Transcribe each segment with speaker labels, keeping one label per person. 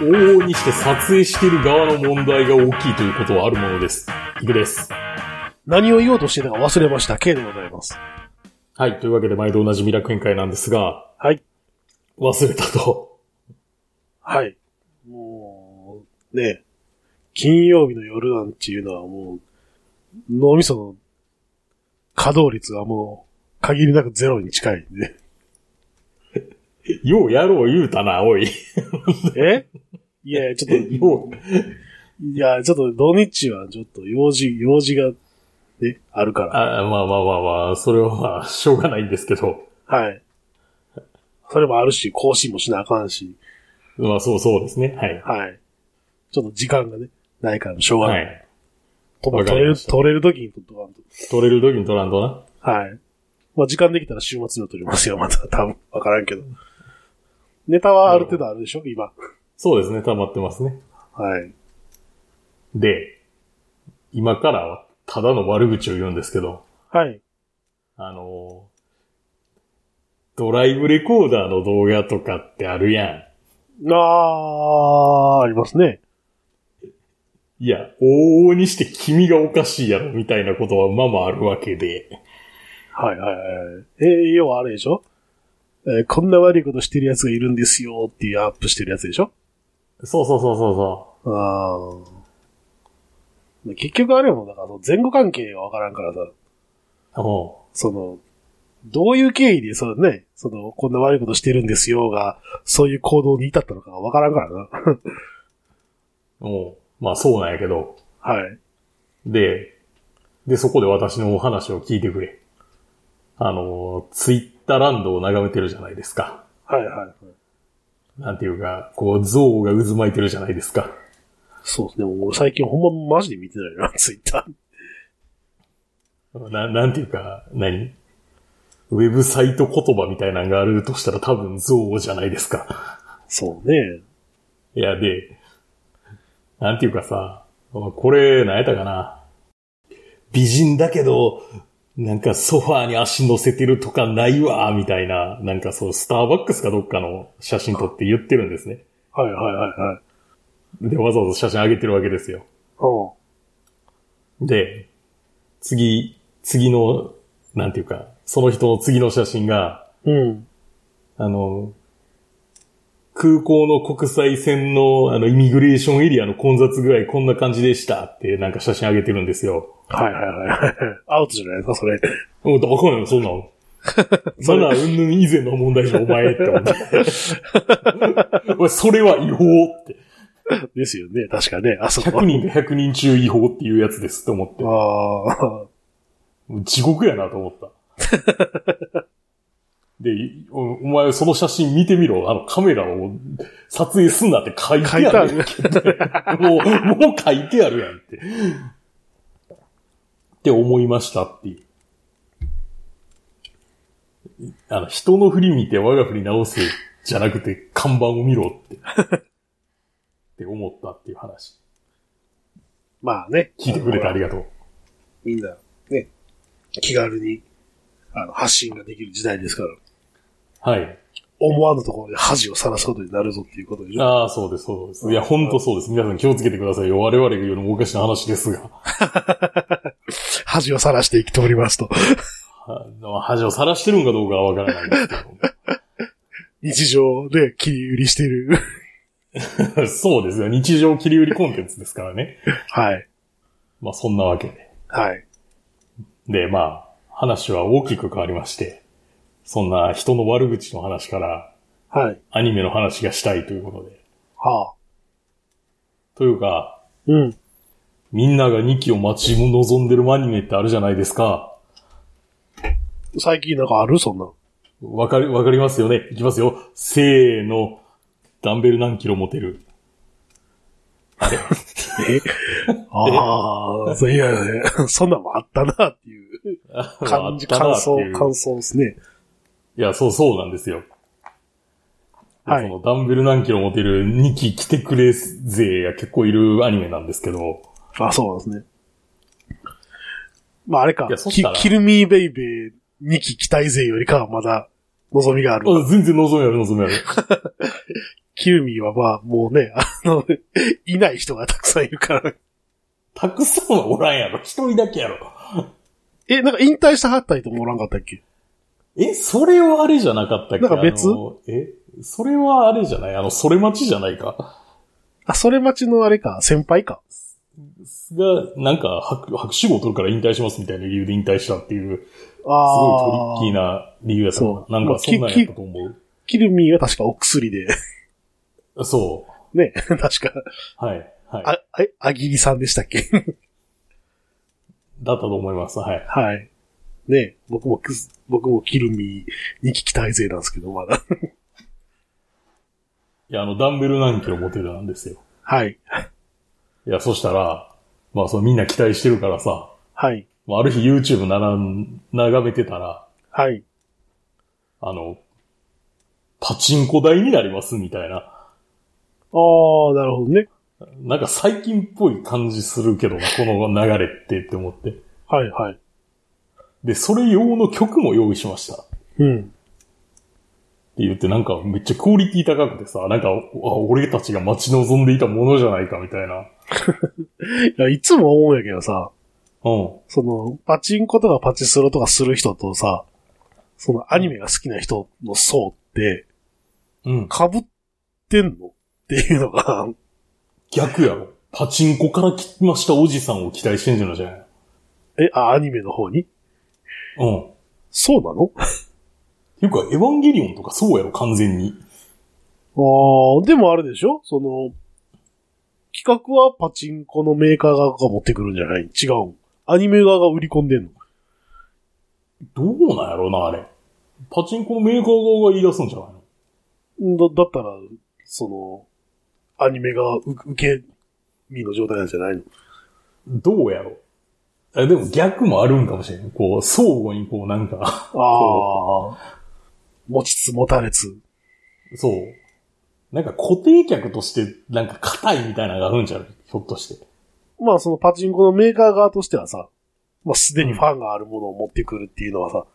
Speaker 1: 往々にして撮影している側の問題が大きいということはあるものです。いくです。
Speaker 2: 何を言おうとしてたか忘れました。K でございます。
Speaker 1: はい。というわけで、毎度おなじみ楽園会なんですが、
Speaker 2: はい。
Speaker 1: 忘れたと。
Speaker 2: はい。もう、ねえ金曜日の夜なんていうのはもう、脳みその稼働率がもう、限りなくゼロに近いんで。
Speaker 1: ようやろう言うたな、 おい。
Speaker 2: え いや、ちょっと、い
Speaker 1: よう。
Speaker 2: や、ちょっと土日はちょっと用事、用事が、ね、あるから。
Speaker 1: あまあまあまあまあ、それはまあ、しょうがないんですけど。
Speaker 2: はい。それもあるし、更新もしなあかんし、
Speaker 1: まあ、そうそうですね。はい。
Speaker 2: はい。ちょっと時間がね、ないからしょうが
Speaker 1: は
Speaker 2: ない。
Speaker 1: い。
Speaker 2: と
Speaker 1: わか
Speaker 2: 取
Speaker 1: りま
Speaker 2: れる、
Speaker 1: した
Speaker 2: 取れる時に取っとかんと。
Speaker 1: 取れる時に取らんとな。
Speaker 2: はい。まあ、時間できたら週末には撮りますよ、また。 多分、わからんけど。ネタはある程度あるでしょ、今。
Speaker 1: そうですね。溜まってますね。
Speaker 2: はい。
Speaker 1: で、今からは、ただの悪口を言うんですけど。
Speaker 2: はい。
Speaker 1: あの、ドライブレコーダーの動画とかってあるやん。
Speaker 2: あー、ありますね。
Speaker 1: いや、往々にして君がおかしいやろ、みたいなことはまあまああるわけで。
Speaker 2: はいはいはい。えー、要はあれでしょえーこんな悪いことしてる奴がいるんですよっていうアップしてるやつでしょ
Speaker 1: そうそうそうそうそ
Speaker 2: あー。結局あれも、だから、前後関係がわからんからさ、
Speaker 1: う。お
Speaker 2: その、どういう経緯で、そのね、その、こんな悪いことしてるんですよが、そういう行動に至ったのかがわからんからな。
Speaker 1: うおうまあそうなんやけど。
Speaker 2: はい。
Speaker 1: で、で、そこで私のお話を聞いてくれ。あの、ツイッターランドを眺めてるじゃないですか。
Speaker 2: はいはいはい。
Speaker 1: なんていうか、こう、憎悪が渦巻いてるじゃないですか。
Speaker 2: そうですね。もう俺最近ほんまマジで見てないな、ツイッター。
Speaker 1: な、なんていうか、何ウェブサイト言葉みたいなのがあるとしたら多分憎悪じゃないですか。
Speaker 2: そうね。
Speaker 1: いや、で、なんていうかさ、これ、何やったかな。美人だけど、なんかソファーに足乗せてるとかないわ、みたいな、なんかそう、スターバックスかどっかの写真撮って言ってるんですね。
Speaker 2: はいはいはいはい。
Speaker 1: で、わざわざ写真上げてるわけですよ。
Speaker 2: うん。
Speaker 1: で、次、次の、なんていうか、その人の次の写真が、
Speaker 2: うん。
Speaker 1: あの、空港の国際線の、あの、イミグレーションエリアの混雑具合こんな感じでしたって、なんか写真上げてるんですよ。
Speaker 2: はいはいはいはい。アウトじゃないですか、それ。
Speaker 1: もうどこなの、そんなの。マナー云々以前の問題じゃんお前って思って。おいそれは違法って。
Speaker 2: ですよね、確かね、あそこ
Speaker 1: 100人が100人中違法っていうやつですって思って。
Speaker 2: は。
Speaker 1: もう地獄やなと思った。 で、おお前その写真見てみろ。あのカメラを撮影すんなって書いてあるやんけ。もう、もう書いてあるやんって。って思いましたっていう。あの、人の振り見て我が振り直せじゃなくて看板を見ろって。って思ったっていう話。
Speaker 2: あまあね。
Speaker 1: 聞いてくれてありがとう。
Speaker 2: みんな、ね、気軽に、あの、発信ができる時代ですから、
Speaker 1: はい。
Speaker 2: 思わぬところで恥をさらすことになるぞっていうことでしょ。
Speaker 1: ああ、そうです、そうです。いや、ほんとそうです。皆さん気をつけてくださいよ。我々が言うのもおかしな話ですが。
Speaker 2: 恥をさらして生きておりますと。
Speaker 1: あの恥をさらしてるんかどうかはわからないです
Speaker 2: 日常で切り売りしてる。
Speaker 1: けど。そうですよ。日常切り売りコンテンツですからね。
Speaker 2: はい。
Speaker 1: まあ、そんなわけで。
Speaker 2: はい。
Speaker 1: で、まあ、話は大きく変わりまして、そんな人の悪口の話から
Speaker 2: はい。
Speaker 1: アニメの話がしたいということで。
Speaker 2: はあ。
Speaker 1: というか、
Speaker 2: うん。
Speaker 1: みんなが2期を待ち望んでるアニメってあるじゃないですか。
Speaker 2: 最近なんかあるそんな。
Speaker 1: わかり、わかりますよね。いきますよ。せーの。ダンベル何キロ持てる
Speaker 2: え ああ、そういやいや、そんなんもあったなって いう感じ、
Speaker 1: あったな
Speaker 2: 感
Speaker 1: って
Speaker 2: 想
Speaker 1: い、う
Speaker 2: 感想ですね。
Speaker 1: いや、そうそうなんですよ。
Speaker 2: はい
Speaker 1: そのダンベル何キロ持てる2期来てくれ勢が結構いるアニメなんですけど、
Speaker 2: あそうなんですね。まああれか
Speaker 1: いやそ、し
Speaker 2: キ
Speaker 1: たら
Speaker 2: キルミーベイベー2期期待勢よりかはまだ望みがある。
Speaker 1: あ全然望みある望みある。
Speaker 2: キルミーはまあ、もうね、あの、 いない人がたくさんいるから。
Speaker 3: たくさんはおらんやろ。一人だけやろ。
Speaker 2: え、なんか引退したはったりともおらんかったっけ
Speaker 3: え、それはあれじゃなかったっけ
Speaker 2: なんか別
Speaker 3: あのえ、それはあれじゃないあの、それ待ちじゃないか。
Speaker 2: あ、それ待ちのあれか、先輩か。
Speaker 3: が、なんか、博博士号取るから引退しますみたいな理由で引退したっていう、す
Speaker 2: あ
Speaker 3: ごいトリッキーな理由やった
Speaker 2: そう
Speaker 3: な。なん
Speaker 2: まあ
Speaker 3: か、そんなんやったと思
Speaker 2: キルミーは確かお薬で、
Speaker 3: う。そ
Speaker 2: ね、 確か、
Speaker 3: う。はい。はい。
Speaker 2: あ、あ、あぎりさんでしたっけ
Speaker 3: だったと思います。はい。
Speaker 2: はい。ね、僕もくす、僕もキルミーに聞きたい勢なんですけど、まだ。
Speaker 3: い や、あの、ダンベル何キロ持ってたんですよ。
Speaker 2: はい。
Speaker 3: いや、そしたら、まあ、そのみんな期待してるからさ、
Speaker 2: はい。
Speaker 3: まあ、ある日 YouTube ならん、眺めてたら、
Speaker 2: はい。
Speaker 3: あの、パチンコ台になりますみたいな。
Speaker 2: ああ、なるほどね。
Speaker 3: なんか最近っぽい感じするけどな、この流れってって思って。
Speaker 2: はい、はい。
Speaker 3: で、それ用の曲も用意しました。って
Speaker 2: うん。
Speaker 3: 言ってなんかめっちゃクオリティ高くてさ、なんか、あ俺たちが待ち望んでいたものじゃないかみたいな。
Speaker 2: いや、いつも思うんやけどさ、
Speaker 3: うん。
Speaker 2: その、パチンコとかパチスロとかする人とさ、そのアニメが好きな人の層って、
Speaker 3: うん。
Speaker 2: 被ってんのっていうのが、
Speaker 3: 逆やろ。パチンコから来ましたおじさんを期待してんじゃないじゃない
Speaker 2: え、あ、アニメの方に
Speaker 3: うん。っ
Speaker 2: そうなの
Speaker 3: ていうか、エヴァンゲリオンとかそうやろ、完全に。
Speaker 2: ああ、でもあれでしょその、企画はパチンコのメーカー側が持ってくるんじゃない違うん。アニメ側が売り込んでんの。
Speaker 3: どうなんやろな、あれ。パチンコのメーカー側が言い出すんじゃないの
Speaker 2: んだ、だったら、その、アニメが受受け身の状態なんじゃないの
Speaker 3: どうやろえ、でも逆もあるんかもしれん。こう、相互にこうなんか、
Speaker 2: ああ。持ちつ持たれつ。
Speaker 3: そう。なんか固定客としてなんか硬いみたいなのがあるんじゃないひょっとして。
Speaker 2: まあそのパチンコのメーカー側としてはさ、まあすでにファンがあるものを持ってくるっていうのはさ、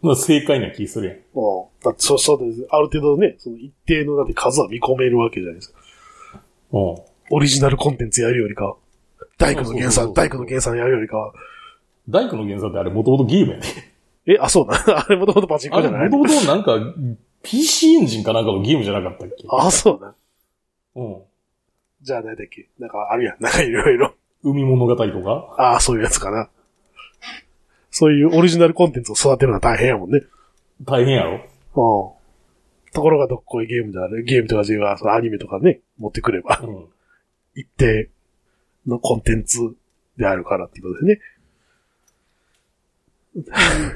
Speaker 3: まあ正解な気する
Speaker 2: うん。だってそう、そうです。ある程度ね、その一定のだって数は見込めるわけじゃないですか。
Speaker 3: やん。うん。
Speaker 2: オリジナルコンテンツやるよりか、大工
Speaker 3: そう
Speaker 2: の原
Speaker 3: そうそうそ
Speaker 2: 産、
Speaker 3: う
Speaker 2: 大工の原産やるよりかは、
Speaker 3: 大工の原作ってあれもともとゲームやね。
Speaker 2: え、あ、そうな。 あれもともとパチン
Speaker 3: あ
Speaker 2: コじ
Speaker 3: れ
Speaker 2: ゃない
Speaker 3: もともとなんか PC エンジンかなんかのゲームじゃなかったっけ
Speaker 2: あ、そうな。
Speaker 3: うん。
Speaker 2: じゃあ何だっけなんかあるやん。なんかいろいろ。
Speaker 3: 海物語とか
Speaker 2: ああ、そういうやつかな。そういうオリジナルコンテンツを育てるのは大変やもんね。うん。
Speaker 3: 大変やろ
Speaker 2: ところがどっこいゲームである。ゲームとか違う、そのアニメとかね、持ってくれば、
Speaker 3: うん。
Speaker 2: 一定のコンテンツであるからっていうことでね。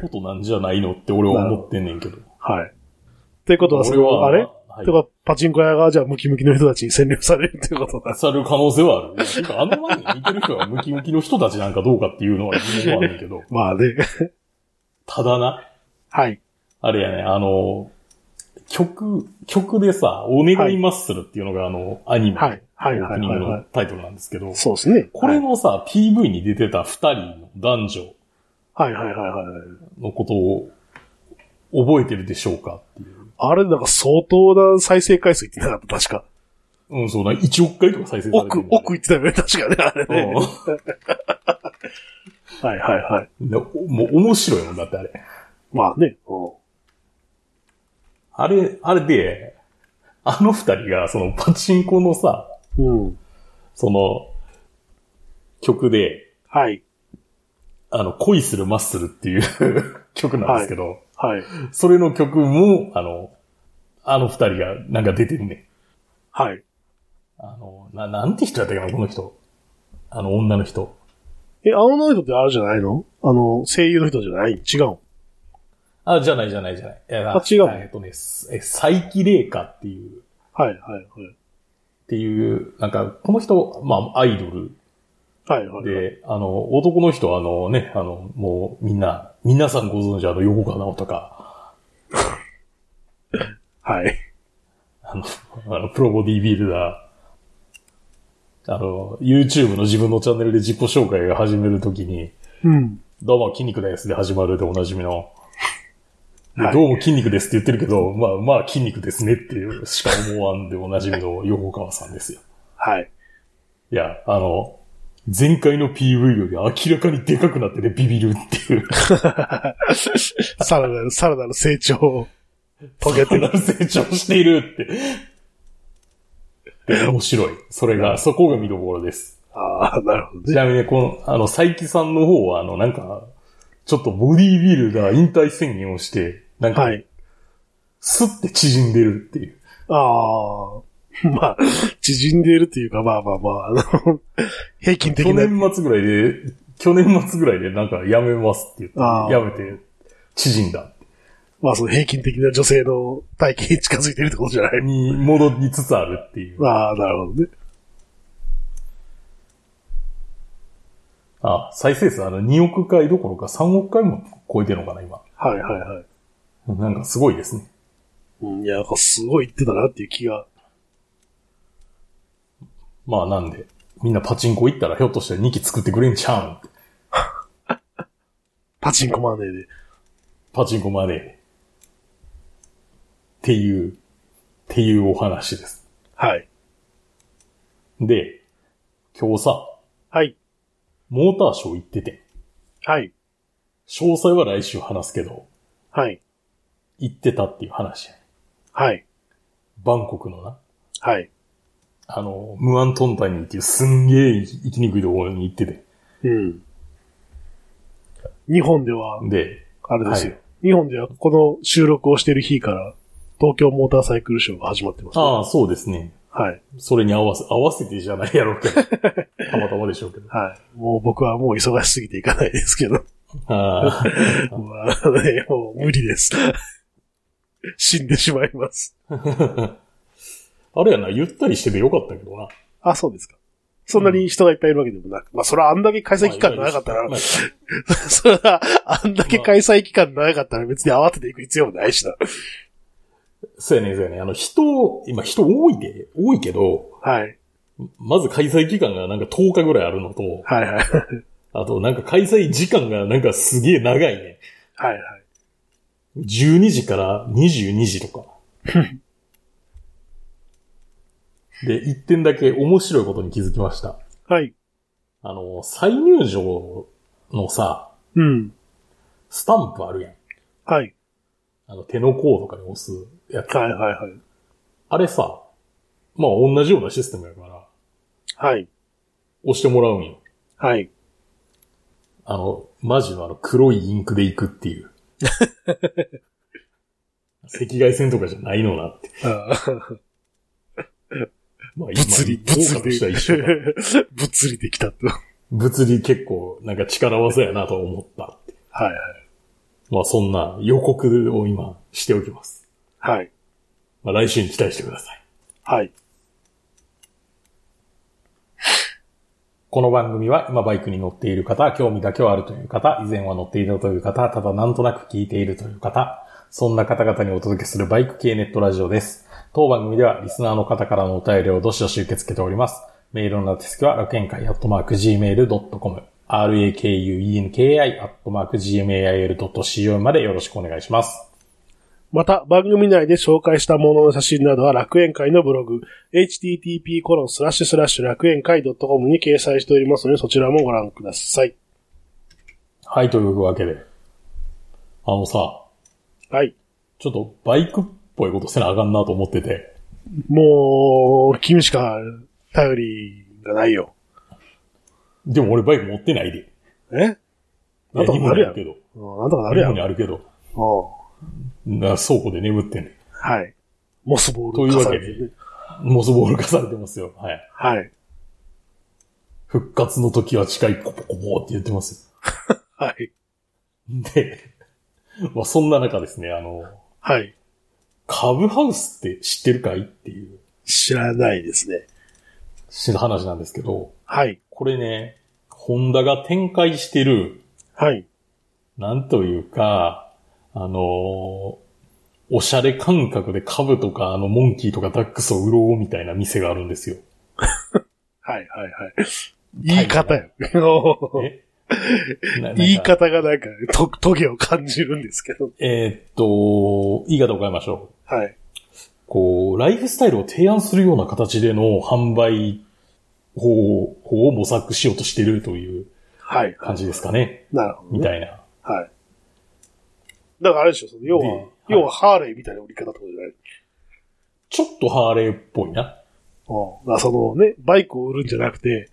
Speaker 3: ことなんじゃないのって俺は思ってんねんけど。
Speaker 2: はい。ということは、それは、あれ
Speaker 3: はい
Speaker 2: とか、パチンコ屋が、じゃあ、ムキムキの人たちに占領されるっていう ことだ。
Speaker 3: される可能性はある。てかあの前に似てる人がムキムキの人たちなんかどうかっていうのは疑問はあるんだけど。
Speaker 2: まあね。
Speaker 3: ただな、
Speaker 2: はい。
Speaker 3: あれやね、あの、曲、曲でさ、お願いマッスルっていうのがあの、アニメ、
Speaker 2: はい。はい。
Speaker 3: オー
Speaker 2: は
Speaker 3: プ
Speaker 2: い。
Speaker 3: ニン
Speaker 2: は
Speaker 3: グ
Speaker 2: い。
Speaker 3: のタイトルなんですけど、
Speaker 2: そうですね。
Speaker 3: これのさ、PV に出てた二人の男女
Speaker 2: はい。はいはいはいはい。
Speaker 3: のことを覚えてるでしょうかっていう。
Speaker 2: あれ、なんか相当な再生回数いってなかった、確か。
Speaker 3: うん、そうな、1億回とか再生されて
Speaker 2: 奥
Speaker 3: る、んだよ
Speaker 2: 奥いってたよね、確かね、あれね。はいはいはい。
Speaker 3: うんでおもう面白いもんだってあれ。
Speaker 2: まあね。うん
Speaker 3: あれ、あれで、あの二人が、そのパチンコのさ、
Speaker 2: うん。
Speaker 3: その、曲で、
Speaker 2: はい。
Speaker 3: あの、恋するマッスルっていう 曲なんですけど、
Speaker 2: はい。
Speaker 3: それの曲も、あの、あの二人がなんか出てるねん。
Speaker 2: はい。
Speaker 3: あの、な、なんて人やったっけな、この人。あの、女の人。
Speaker 2: え、青の人ってあれじゃないのあの、声優の人じゃない違う
Speaker 3: あ、じゃないじゃないじゃない。いやな
Speaker 2: あ違うの
Speaker 3: えっとね、すえ、佐伯玲香っていう、っ
Speaker 2: はいはいはい。
Speaker 3: ていう、なんか、この人、まあ、アイドル
Speaker 2: はいはいはい。
Speaker 3: で、あの、男の人はあのね、あの、もうみんな、皆さんご存知あの、横川直とか、
Speaker 2: はい。
Speaker 3: あの、あのプロボディービルダー、あの、YouTube の自分のチャンネルで自己紹介が始めるときに、
Speaker 2: うん。
Speaker 3: どうも、筋肉ですで始まるでおなじみの、で
Speaker 2: はい
Speaker 3: どうも筋肉ですって言ってるけど、まあまあ筋肉ですねっていうしか思わんでおなじみの横川さんですよ。
Speaker 2: はい。
Speaker 3: いや、あの、前回の PV より明らかにでかくなってね、ビビるっていう。
Speaker 2: さらなる、さらなる成長を遂げてる。
Speaker 3: 成長しているって。で、面白い。それが、そこが見どころです。
Speaker 2: ああ、なるほど
Speaker 3: ち
Speaker 2: ね。
Speaker 3: なみに、この、あの、佐伯さんの方は、あの、なんか、ちょっとボディービルが引退宣言をして、なんか
Speaker 2: は、い。
Speaker 3: スッて縮んでるっていう。
Speaker 2: ああ、 まあ、縮んでいるというか、まあまあまあ、あの、平均的
Speaker 3: 去
Speaker 2: な。
Speaker 3: 年末ぐらいで、去年末ぐらいでなんかやめますって言
Speaker 2: あ
Speaker 3: っ
Speaker 2: ー
Speaker 3: て、やめて縮んだ。
Speaker 2: まあその平均的な女性の体型に近づいてるってことじゃない。
Speaker 3: に戻りつつあるっていう。
Speaker 2: ああ、なるほどね。
Speaker 3: あ、再生数あの2億回どころか3億回も超えてるのかな、今。
Speaker 2: はいはいはい。
Speaker 3: なんかすごいですね。
Speaker 2: うん、いや、なんかすごい言ってたなっていう気が。
Speaker 3: まあなんで、みんなパチンコ行ったらひょっとして2機作ってくれんちゃうんって
Speaker 2: パチンコマネーで。
Speaker 3: パチンコまで。っていう、っていうお話です。
Speaker 2: はい。
Speaker 3: で、今日さ、
Speaker 2: はい。
Speaker 3: モーターショー行ってて、
Speaker 2: はい。
Speaker 3: 詳細は来週話すけど、
Speaker 2: はい。
Speaker 3: 行ってたっていう話や。
Speaker 2: はい。
Speaker 3: バンコクのな、
Speaker 2: はい。
Speaker 3: あの、ムアントンタニーっていうすんげえ行きにくいところに行ってて。
Speaker 2: うん。日本では、
Speaker 3: で、
Speaker 2: あれですよ。
Speaker 3: は
Speaker 2: 日本ではこの収録をしてる日から、東京モーターサイクルショーが始まってます、ね。
Speaker 3: ああ、そうですね。
Speaker 2: はい。
Speaker 3: それに合わせ、合わせてじゃないやろうけど。たまたまでしょうけど。
Speaker 2: はい。もう僕はもう忙しすぎていかないですけど。
Speaker 3: ああ。
Speaker 2: もうあのねもう無理です。死んでしまいます。
Speaker 3: あれやな、ゆったりしててよかったけどな。
Speaker 2: あ、そうですか。そんなに人がいっぱいいるわけでもなく。まあ、それはあんだけ開催期間長かったら、
Speaker 3: まあ
Speaker 2: それはあんだけ開催期間長かったら別に慌てていく必要もないしな。
Speaker 3: そうやね、そうやね。あの、人、今人多いで、多いけど、
Speaker 2: はい。
Speaker 3: まず開催期間がなんか10日ぐらいあるのと、
Speaker 2: はいはい。
Speaker 3: あとなんか開催時間がなんかすげえ長いね。
Speaker 2: はいはい。
Speaker 3: 12時から22時とか。で、一点だけ面白いことに気づきました。
Speaker 2: はい。
Speaker 3: あの、再入場のさ、
Speaker 2: うん。
Speaker 3: スタンプあるやん。
Speaker 2: はい。
Speaker 3: あの、手の甲とかに押すやつ。
Speaker 2: はいはいはい。
Speaker 3: あれさ、まあ同じようなシステムやから、
Speaker 2: はい。
Speaker 3: 押してもらうんよ。
Speaker 2: はい。
Speaker 3: あの、マジのあの黒いインクで行くって いう。赤外線とかじゃないのなって。
Speaker 2: あー
Speaker 3: まあ、今
Speaker 2: 物理、
Speaker 3: 効
Speaker 2: 物
Speaker 3: 果としては一緒だ
Speaker 2: 理で、 物理できたと。はい
Speaker 3: 物理結構なんか力技やなと思った。
Speaker 2: はい。
Speaker 3: まあそんな予告を今しておきます。
Speaker 2: はい。
Speaker 3: まあ来週に期待してください。
Speaker 2: はい。
Speaker 3: この番組は今バイクに乗っている方、興味だけはあるという方、以前は乗っているという方、ただなんとなく聞いているという方、そんな方々にお届けするバイク系ネットラジオです。当番組ではリスナーの方からのお便りをどしどし受け付けております。メールの宛先は楽園会アットマーク gmail.com、rakuenki アットマーク gmail.co までよろしくお願いします。
Speaker 2: また、番組内で紹介したものの写真などは楽園会のブログ、http コロンスラッシュスラッシュ楽園会 .com に掲載しておりますので、そちらもご覧ください。
Speaker 3: はい、というわけで。あのさ、
Speaker 2: はい。
Speaker 3: ちょっとバイクっぽいことせなあかんなと思ってて。
Speaker 2: もう、君しか頼りがないよ。
Speaker 3: でも俺バイク持ってないで。
Speaker 2: えなんとか
Speaker 3: いや
Speaker 2: なるやろ
Speaker 3: 日本にあるけど。
Speaker 2: うんなんとかなる
Speaker 3: 日
Speaker 2: や
Speaker 3: 本
Speaker 2: ん。
Speaker 3: にあるけど。
Speaker 2: うん
Speaker 3: な倉庫で眠ってんね
Speaker 2: はい。モスボ
Speaker 3: と
Speaker 2: ー
Speaker 3: い
Speaker 2: ル
Speaker 3: うわ
Speaker 2: 重
Speaker 3: け
Speaker 2: ね
Speaker 3: で
Speaker 2: てね。
Speaker 3: モスボール化されてますよ。はい。
Speaker 2: はい。
Speaker 3: 復活の時は近い、コポコポって言ってます
Speaker 2: はい。
Speaker 3: よ。で、まあそんな中ですね、あの、
Speaker 2: はい。
Speaker 3: カブハウスって知ってるかいっていう
Speaker 2: 知らないですね。
Speaker 3: 話なんですけど、
Speaker 2: はい。
Speaker 3: これね、ホンダが展開してる
Speaker 2: はい。
Speaker 3: なんというか、あのーおしゃれ感覚でカブとかあのモンキーとかダックスを売ろうみたいな店があるんですよ。
Speaker 2: はい。はい。はい。言い方や。おー
Speaker 3: えななんか
Speaker 2: 言い方がなんか、と、トゲを感じるんですけど。
Speaker 3: えーっと、言い方を変えましょう。
Speaker 2: はい。
Speaker 3: こう、ライフスタイルを提案するような形での販売方法を模索しようとしてるという
Speaker 2: はい。
Speaker 3: 感じですかね。
Speaker 2: なるほど、
Speaker 3: み
Speaker 2: ね。
Speaker 3: たいな。
Speaker 2: はい。だからあれでしょ、その、要は、
Speaker 3: ではい
Speaker 2: 要はハーレーみたいな売り方ってことじゃない
Speaker 3: ちょっとハーレーっぽいな。
Speaker 2: うんまあ、そのね、バイクを売るんじゃなくて、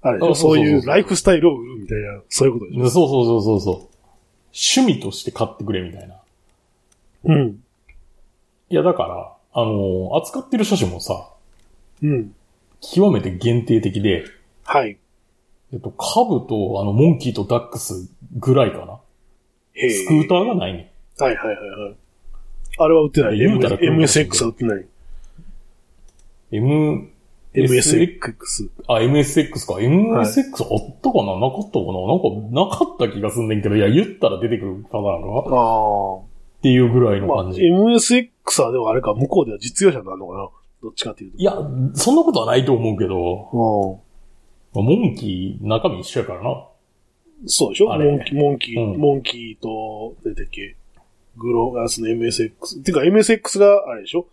Speaker 2: あれでしょ
Speaker 3: あそうそう
Speaker 2: そう
Speaker 3: そう
Speaker 2: いうライフスタイルを売るみたいな、そういうことでしょ。
Speaker 3: そうそうそうそうそう。趣味として買ってくれみたいな。
Speaker 2: うん。
Speaker 3: いや、だから、あの、扱ってる車種もさ、
Speaker 2: うん。
Speaker 3: 極めて限定的で、
Speaker 2: はい。
Speaker 3: えっと、カブと、あの、モンキーとダックスぐらいかな。
Speaker 2: へえ
Speaker 3: スクーターがないね。
Speaker 2: はいはいはいはい。あれは売ってない。
Speaker 3: 言うたら
Speaker 2: M- MSX は売ってない。
Speaker 3: M、SX
Speaker 2: MSX。
Speaker 3: あ、MSX か。MSX あったかな、なかったかななんか、なかった気がすんねんけど、いや、言ったら出てくる方なの
Speaker 2: あ
Speaker 3: か
Speaker 2: あ
Speaker 3: なっていうぐらい
Speaker 2: ー。
Speaker 3: の
Speaker 2: まあ、
Speaker 3: 感じ。
Speaker 2: MSX はでもあれか、向こうでは実用車になるのかなどっちかっていうと。
Speaker 3: いや、そんなことはないと思うけど、
Speaker 2: うん
Speaker 3: まあモンキー中身一緒やからな。
Speaker 2: そうでしょ
Speaker 3: あ
Speaker 2: モ
Speaker 3: れ
Speaker 2: ンキー、モンキー、
Speaker 3: うん
Speaker 2: モンキーと、出てけ、グローガスの MSX。てか MSX が、あれでしょ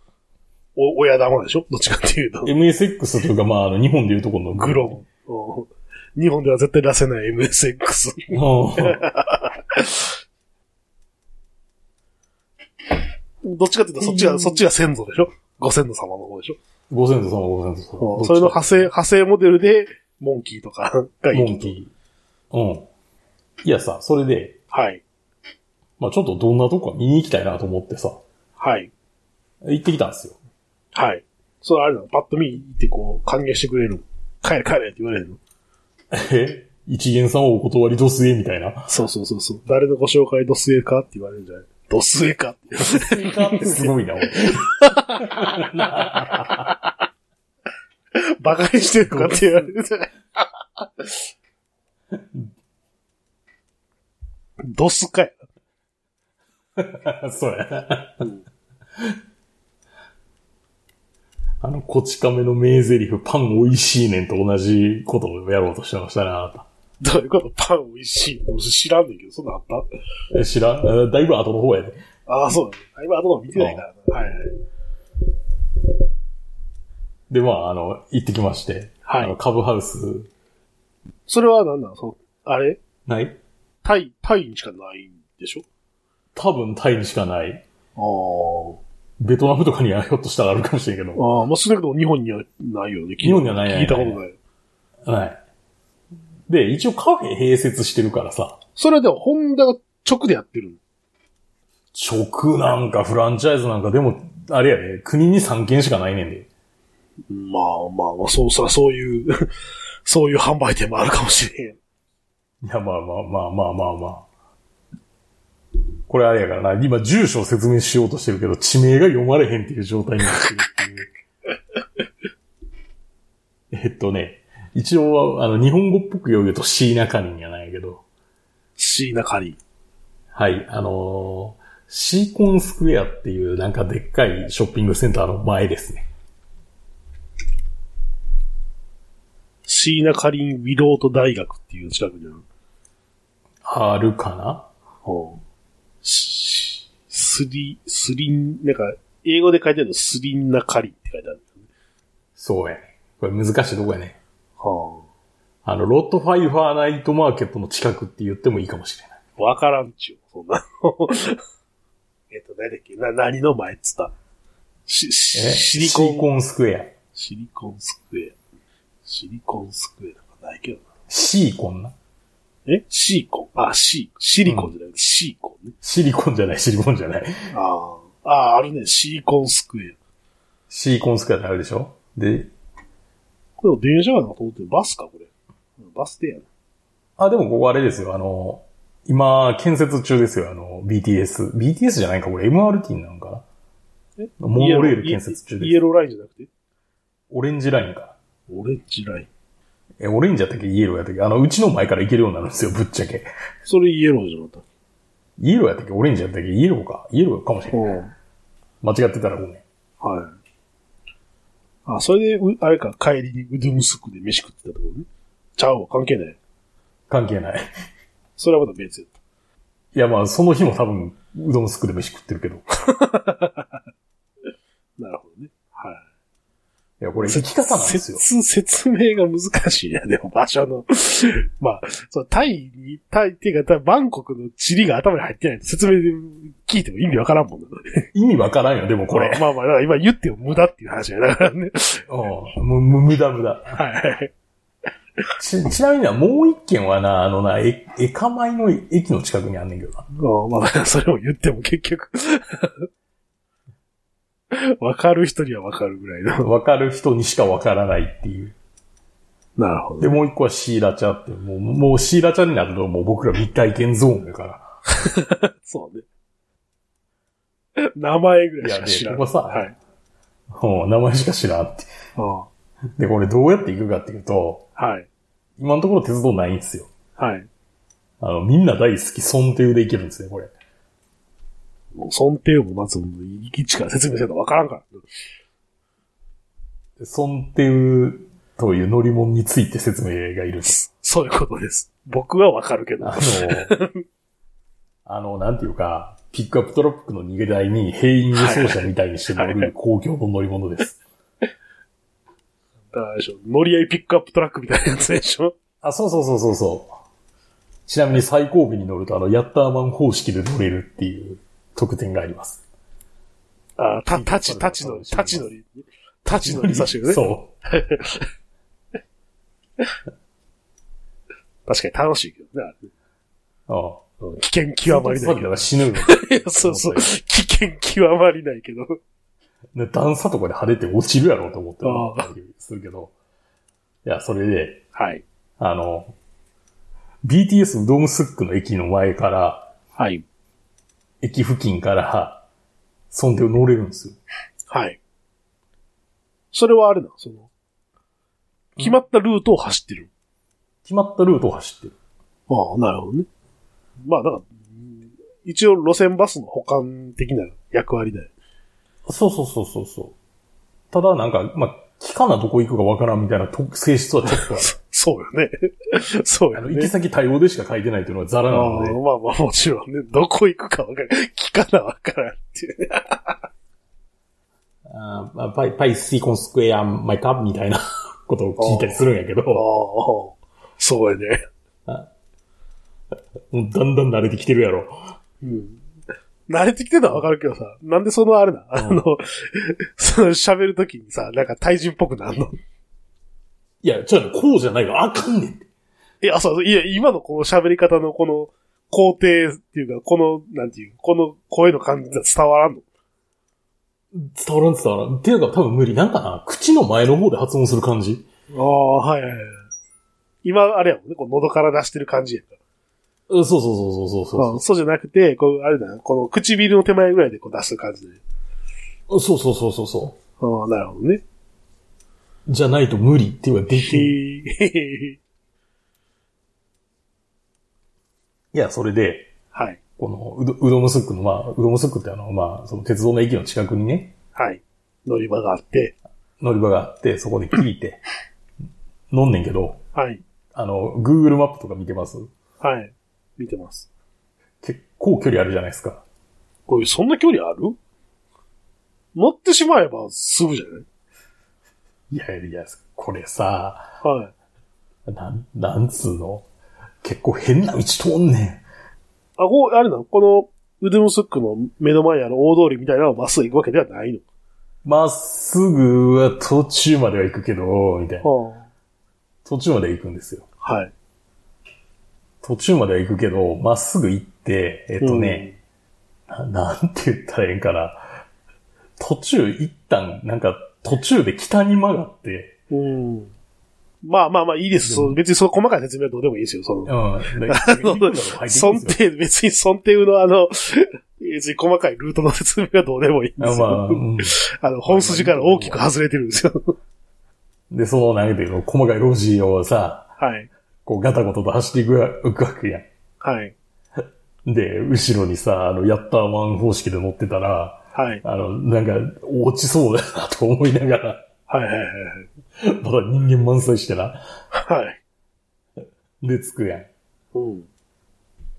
Speaker 2: お、親玉でしょどっちかっていうと。
Speaker 3: MSX というか、まあ、あの、日本でいうところの
Speaker 2: グロン。うん日本では絶対出せない MSX。
Speaker 3: うん
Speaker 2: どっちかっていうと、そっちが、そっちが先祖でしょご先祖様の方でしょ
Speaker 3: ご先祖様、ご先祖
Speaker 2: う
Speaker 3: 様。
Speaker 2: んそれの派生、派生モデルで、モンキーとかがいい。
Speaker 3: モンキー。うん。いやさ、それで、
Speaker 2: はい。
Speaker 3: まあちょっとどんなとこか見に行きたいなと思ってさ、
Speaker 2: はい。
Speaker 3: 行ってきたんですよ。
Speaker 2: はい。それあれだ、パッと見行ってこう、歓迎してくれるの。帰れ帰れって言われるの。
Speaker 3: え一元さんをお断りどすえみたい な。
Speaker 2: そうそうそうそう。誰のご紹介ドスエかって言われるんじゃないドスエかって。
Speaker 3: すごいな、俺
Speaker 2: バカにしてるのかって言われるじゃないドスかや。
Speaker 3: そうやな
Speaker 2: うん。
Speaker 3: あの、こち亀の名台詞、パン美味しいねんと同じことをやろうとしてましたな、あなた
Speaker 2: どういうことパン美味しい。俺知らんねんけど、そんなんあった
Speaker 3: え知らんえだいぶ後の方やで、
Speaker 2: ああ、そうだね。あ今後の見てないからな。はいはい。
Speaker 3: で、まあ、あの、行ってきまして。
Speaker 2: はい
Speaker 3: あの、株ハウス、
Speaker 2: それは何なのそのあれ
Speaker 3: ない
Speaker 2: タイ、タイにしかないんでしょ
Speaker 3: 多分タイにしかない。
Speaker 2: あ
Speaker 3: ベトナムとかにはひょっとしたらあるかもしれんけど。
Speaker 2: あ。ああ、まあ、少なくとも日本にはないよね。
Speaker 3: 日本にはない
Speaker 2: 聞いたことない。
Speaker 3: はい。で、一応カフェ併設してるからさ、
Speaker 2: それはでも、ホンダが直でやってる
Speaker 3: 直なんかフランチャイズなんかでも、あれやね、国に3軒しかないねんで。
Speaker 2: のまあまあまあ、そう、そらそういう、 そういう販売店もあるかもしれ
Speaker 3: い
Speaker 2: ん。
Speaker 3: や、まあまあまあまあまあまあ。これあれやからな、今住所を説明しようとしてるけど、地名が読まれへんっていう状態になってるっていう。えっ とね、一応は、あの、日本語っぽく言うと、シーナカニンやないけど、
Speaker 2: シーナカリー。
Speaker 3: はい、あのーシーコンスクエアっていうなんかでっかいショッピングセンターの前ですね。
Speaker 2: シーナカリン・ウィロート大学っていう近くにある。
Speaker 3: あるかな
Speaker 2: ほう。しスリ、スリン、なんか、英語で書いてあるの、スリンナカリンって書いてある。
Speaker 3: そうやね。これ難しいとこやね。
Speaker 2: は
Speaker 3: あの、ロットファイファーナイトマーケットの近くって言ってもいいかもしれない。
Speaker 2: あ。わからんちゅう、そんな の。えっと、何だっけな、何の前っつったし、し
Speaker 3: え
Speaker 2: シリコン。
Speaker 3: シリコンスクエア。
Speaker 2: シリコンスクエア。シリコンスクエアなんかないけど
Speaker 3: シーコンな。
Speaker 2: な。えシーコンあ、シー。シリコンじゃなくて、シーコンね。
Speaker 3: シリコンじゃない、シリコンじゃない。
Speaker 2: ああ。ああー、あるね。シーコンスクエア。
Speaker 3: シーコンスクエアってあるでしょで、
Speaker 2: これ電車かなと思ってるバスか、これ。バス停やな。
Speaker 3: あ、でもここあれですよ、あの、今、建設中ですよ、あの、BTS。BTS じゃないか、これ MRT なのか
Speaker 2: え
Speaker 3: なモノレール建設中
Speaker 2: イエイ
Speaker 3: です。
Speaker 2: エローラインじゃなくて
Speaker 3: オレンジラインか。
Speaker 2: オレンジライン。
Speaker 3: え、オレンジやったっけイエローやったっけあの、うちの前から行けるようになるんですよ、ぶっちゃけ。
Speaker 2: それイエローじゃなかっ
Speaker 3: イエローやったっけオレンジやったっけイエローか。イエローかもしれ
Speaker 2: た。
Speaker 3: ない。
Speaker 2: ん。
Speaker 3: 間違ってたらごめん。
Speaker 2: はい。あ、それで、うあれか、帰りにうどんすくで飯食ってたところね。ちゃうわ、関係ない。
Speaker 3: 関係ない。
Speaker 2: それはまた別。
Speaker 3: いやまあ、その日も多分、うどんすくで飯食ってるけど。い
Speaker 2: なるほどね。はい。
Speaker 3: や、これ生き方なんですよ。
Speaker 2: 説説明が難しいな、でも場所の。 まあ、そう、タイに、タイっていうか、バンコクの地理が頭に入ってないと説明で聞いても意味わからんもんな。
Speaker 3: 意味わからんよ、でもこれ。
Speaker 2: まあまあ、だから今言っても無駄っていう話やだからね。
Speaker 3: うん。む、む、無駄無駄。
Speaker 2: はい。
Speaker 3: ち、ちなみにな、もう一軒はな、あのな、え、えかまいの駅の近くにあんねんけどな。
Speaker 2: うんまあ、それを言っても結局。わかる人にはわかるぐらいの。
Speaker 3: わかる人にしかわからないっていう。
Speaker 2: なるほ
Speaker 3: で、。もう一個はシーラチャって、もう、もうシーラチャになるともう僕ら未体験ゾーンだか
Speaker 2: そうね。 名前ぐらいしか
Speaker 3: いやで
Speaker 2: 知らん。
Speaker 3: ここさ
Speaker 2: はい。
Speaker 3: ら。うん、名前しか知らんって。
Speaker 2: うん
Speaker 3: で、これどうやって行くかっていうと、
Speaker 2: はい。
Speaker 3: 今のところ鉄道ないんですよ。
Speaker 2: はい。
Speaker 3: あの、みんな大好き、ソンテウで行けるんですね、これ。
Speaker 2: もう、尊定もまず、一から説明せんとわからんから。
Speaker 3: ソンテウという乗り物について説明がいるんです。
Speaker 2: そういうことです。僕はわかるけど。
Speaker 3: あ
Speaker 2: は
Speaker 3: の、あの、なんていうか、ピックアップトラックの逃げ台に兵員輸送車みたいにして乗
Speaker 2: はいはい
Speaker 3: る公共の乗り物です。
Speaker 2: いでしょ乗り合いピックアップトラックみたいなやつでしょ
Speaker 3: あ、そうそうそうそうそう。ちなみに最後尾に乗ると、あの、ヤッターマン方式で乗れるっていう特典があります。
Speaker 2: あた、たち、たちのり、たちのり。たちのりさしてるね。
Speaker 3: そ
Speaker 2: 確かに楽しいけどね。
Speaker 3: う。ああ
Speaker 2: あれ危険極まりない
Speaker 3: さっきだ
Speaker 2: けど
Speaker 3: から死ぬよ。
Speaker 2: いや。 そうそう。危険極まりないけど。
Speaker 3: ね段差とかで跳ねて落ちるやろうと思って
Speaker 2: ああ
Speaker 3: 思ったりするけど。いや、それで、
Speaker 2: はい。
Speaker 3: あの、BTS ドームスックの駅の前から、
Speaker 2: はい。
Speaker 3: 駅付近から、そんで乗れるんですよ。
Speaker 2: はい。それはあれだ、その、決まったルートを走ってる。
Speaker 3: 決まったルートを走ってる。
Speaker 2: ああ、なるほどね。まあ、だから、うん一応路線バスの補完的な役割だよ。
Speaker 3: そうそうそうそうそう。ただなんか、まあ、期間などこ行くかわからんみたいな特性質はちょっとある
Speaker 2: そうよね。 そう
Speaker 3: あ
Speaker 2: よ
Speaker 3: の、
Speaker 2: ね。
Speaker 3: 行き先対応でしか書いてないというのはザラなの
Speaker 2: あ
Speaker 3: で
Speaker 2: ー、まあまあもちろんね、どこ行くかわからん。聞かなわからんっ ていうね。
Speaker 3: あーまあパイ、パイシーコンスクエアマイカみたいなことを聞いたりするんやけ
Speaker 2: ああ
Speaker 3: ど、、
Speaker 2: そうやね。
Speaker 3: もうだんだん慣れてきてるやろ。
Speaker 2: うん。慣れてきてたらわかるけどさ、なんでそのあれな、あの、 その喋るときにさ、なんか対人っぽくなんの
Speaker 3: いや、ちょっとこうじゃないわ。あかんねんって。
Speaker 2: いや、そう、いや、今のこの喋り方のこの、工程っていうか、この、なんていう、この声の感じじゃ伝わらんの
Speaker 3: 伝わらん伝わらん。っていうか多分無理。なんかな、口の前の方で発音する感じ
Speaker 2: ああ、はいはいはい。今、あれやもんね、こう喉から出してる感じやから。
Speaker 3: うんそうそうそうそうそう
Speaker 2: あそうじゃなくて、こう、あれだな、この唇の手前ぐらいでこう出す感じで。
Speaker 3: そう。そうそうそうそうそ
Speaker 2: ああ、なるほどね。
Speaker 3: う。じゃないと無理っていうかできん。い
Speaker 2: へえ
Speaker 3: や、それで、
Speaker 2: はい。
Speaker 3: このうど、うどむすっくの、まあ、うどむすっくってあの、まあ、その鉄道の駅の近くにね、
Speaker 2: はい。乗り場があって。
Speaker 3: 乗り場があって、そこで聞いて、飲んねんけど、
Speaker 2: はい。
Speaker 3: あの、Google マップとか見てます
Speaker 2: はい。見てます。
Speaker 3: 結構距離あるじゃないですか。
Speaker 2: これ、そんな距離ある乗ってしまえばすぐじゃない
Speaker 3: いやいや、これさ、
Speaker 2: はい。
Speaker 3: なん、なんつうの結構変な道通んねん。
Speaker 2: あ、こう、あれなのこの、ウドゥムスックの目の前にある大通りみたいなのをまっすぐ行くわけではないの。
Speaker 3: まっすぐは途中までは行くけど、みたいな。
Speaker 2: は
Speaker 3: 途中までは行くんですよ。
Speaker 2: あ、はい。
Speaker 3: 途中までは行くけど、まっすぐ行って、えっとね、ななんて言ったらええんかな。途中、一旦、なんか、途中で北に曲がって、
Speaker 2: うん。まあまあまあいいです。そう別にその細かい説明はどうでもいいですよ。その、
Speaker 3: うん。で
Speaker 2: 尊定、別に尊定のあの、別に細かいルートの説明はどうでもいいんです
Speaker 3: あまあ、
Speaker 2: よ。
Speaker 3: うん
Speaker 2: あの、本筋から大きく外れてるんですよ。
Speaker 3: で、その、なんていうの、細かい路地をさ、
Speaker 2: はい。
Speaker 3: こう、ガタゴタと走っていくわいくわけや
Speaker 2: はい。
Speaker 3: ん。で、後ろにさ、あの、ヤッターマン方式で乗ってたら、
Speaker 2: はい。
Speaker 3: あの、なんか、落ちそうだなと思いながら、
Speaker 2: はいはいはい
Speaker 3: まだ人間満載してな、
Speaker 2: はい。はい。
Speaker 3: で、着くやん。
Speaker 2: うん。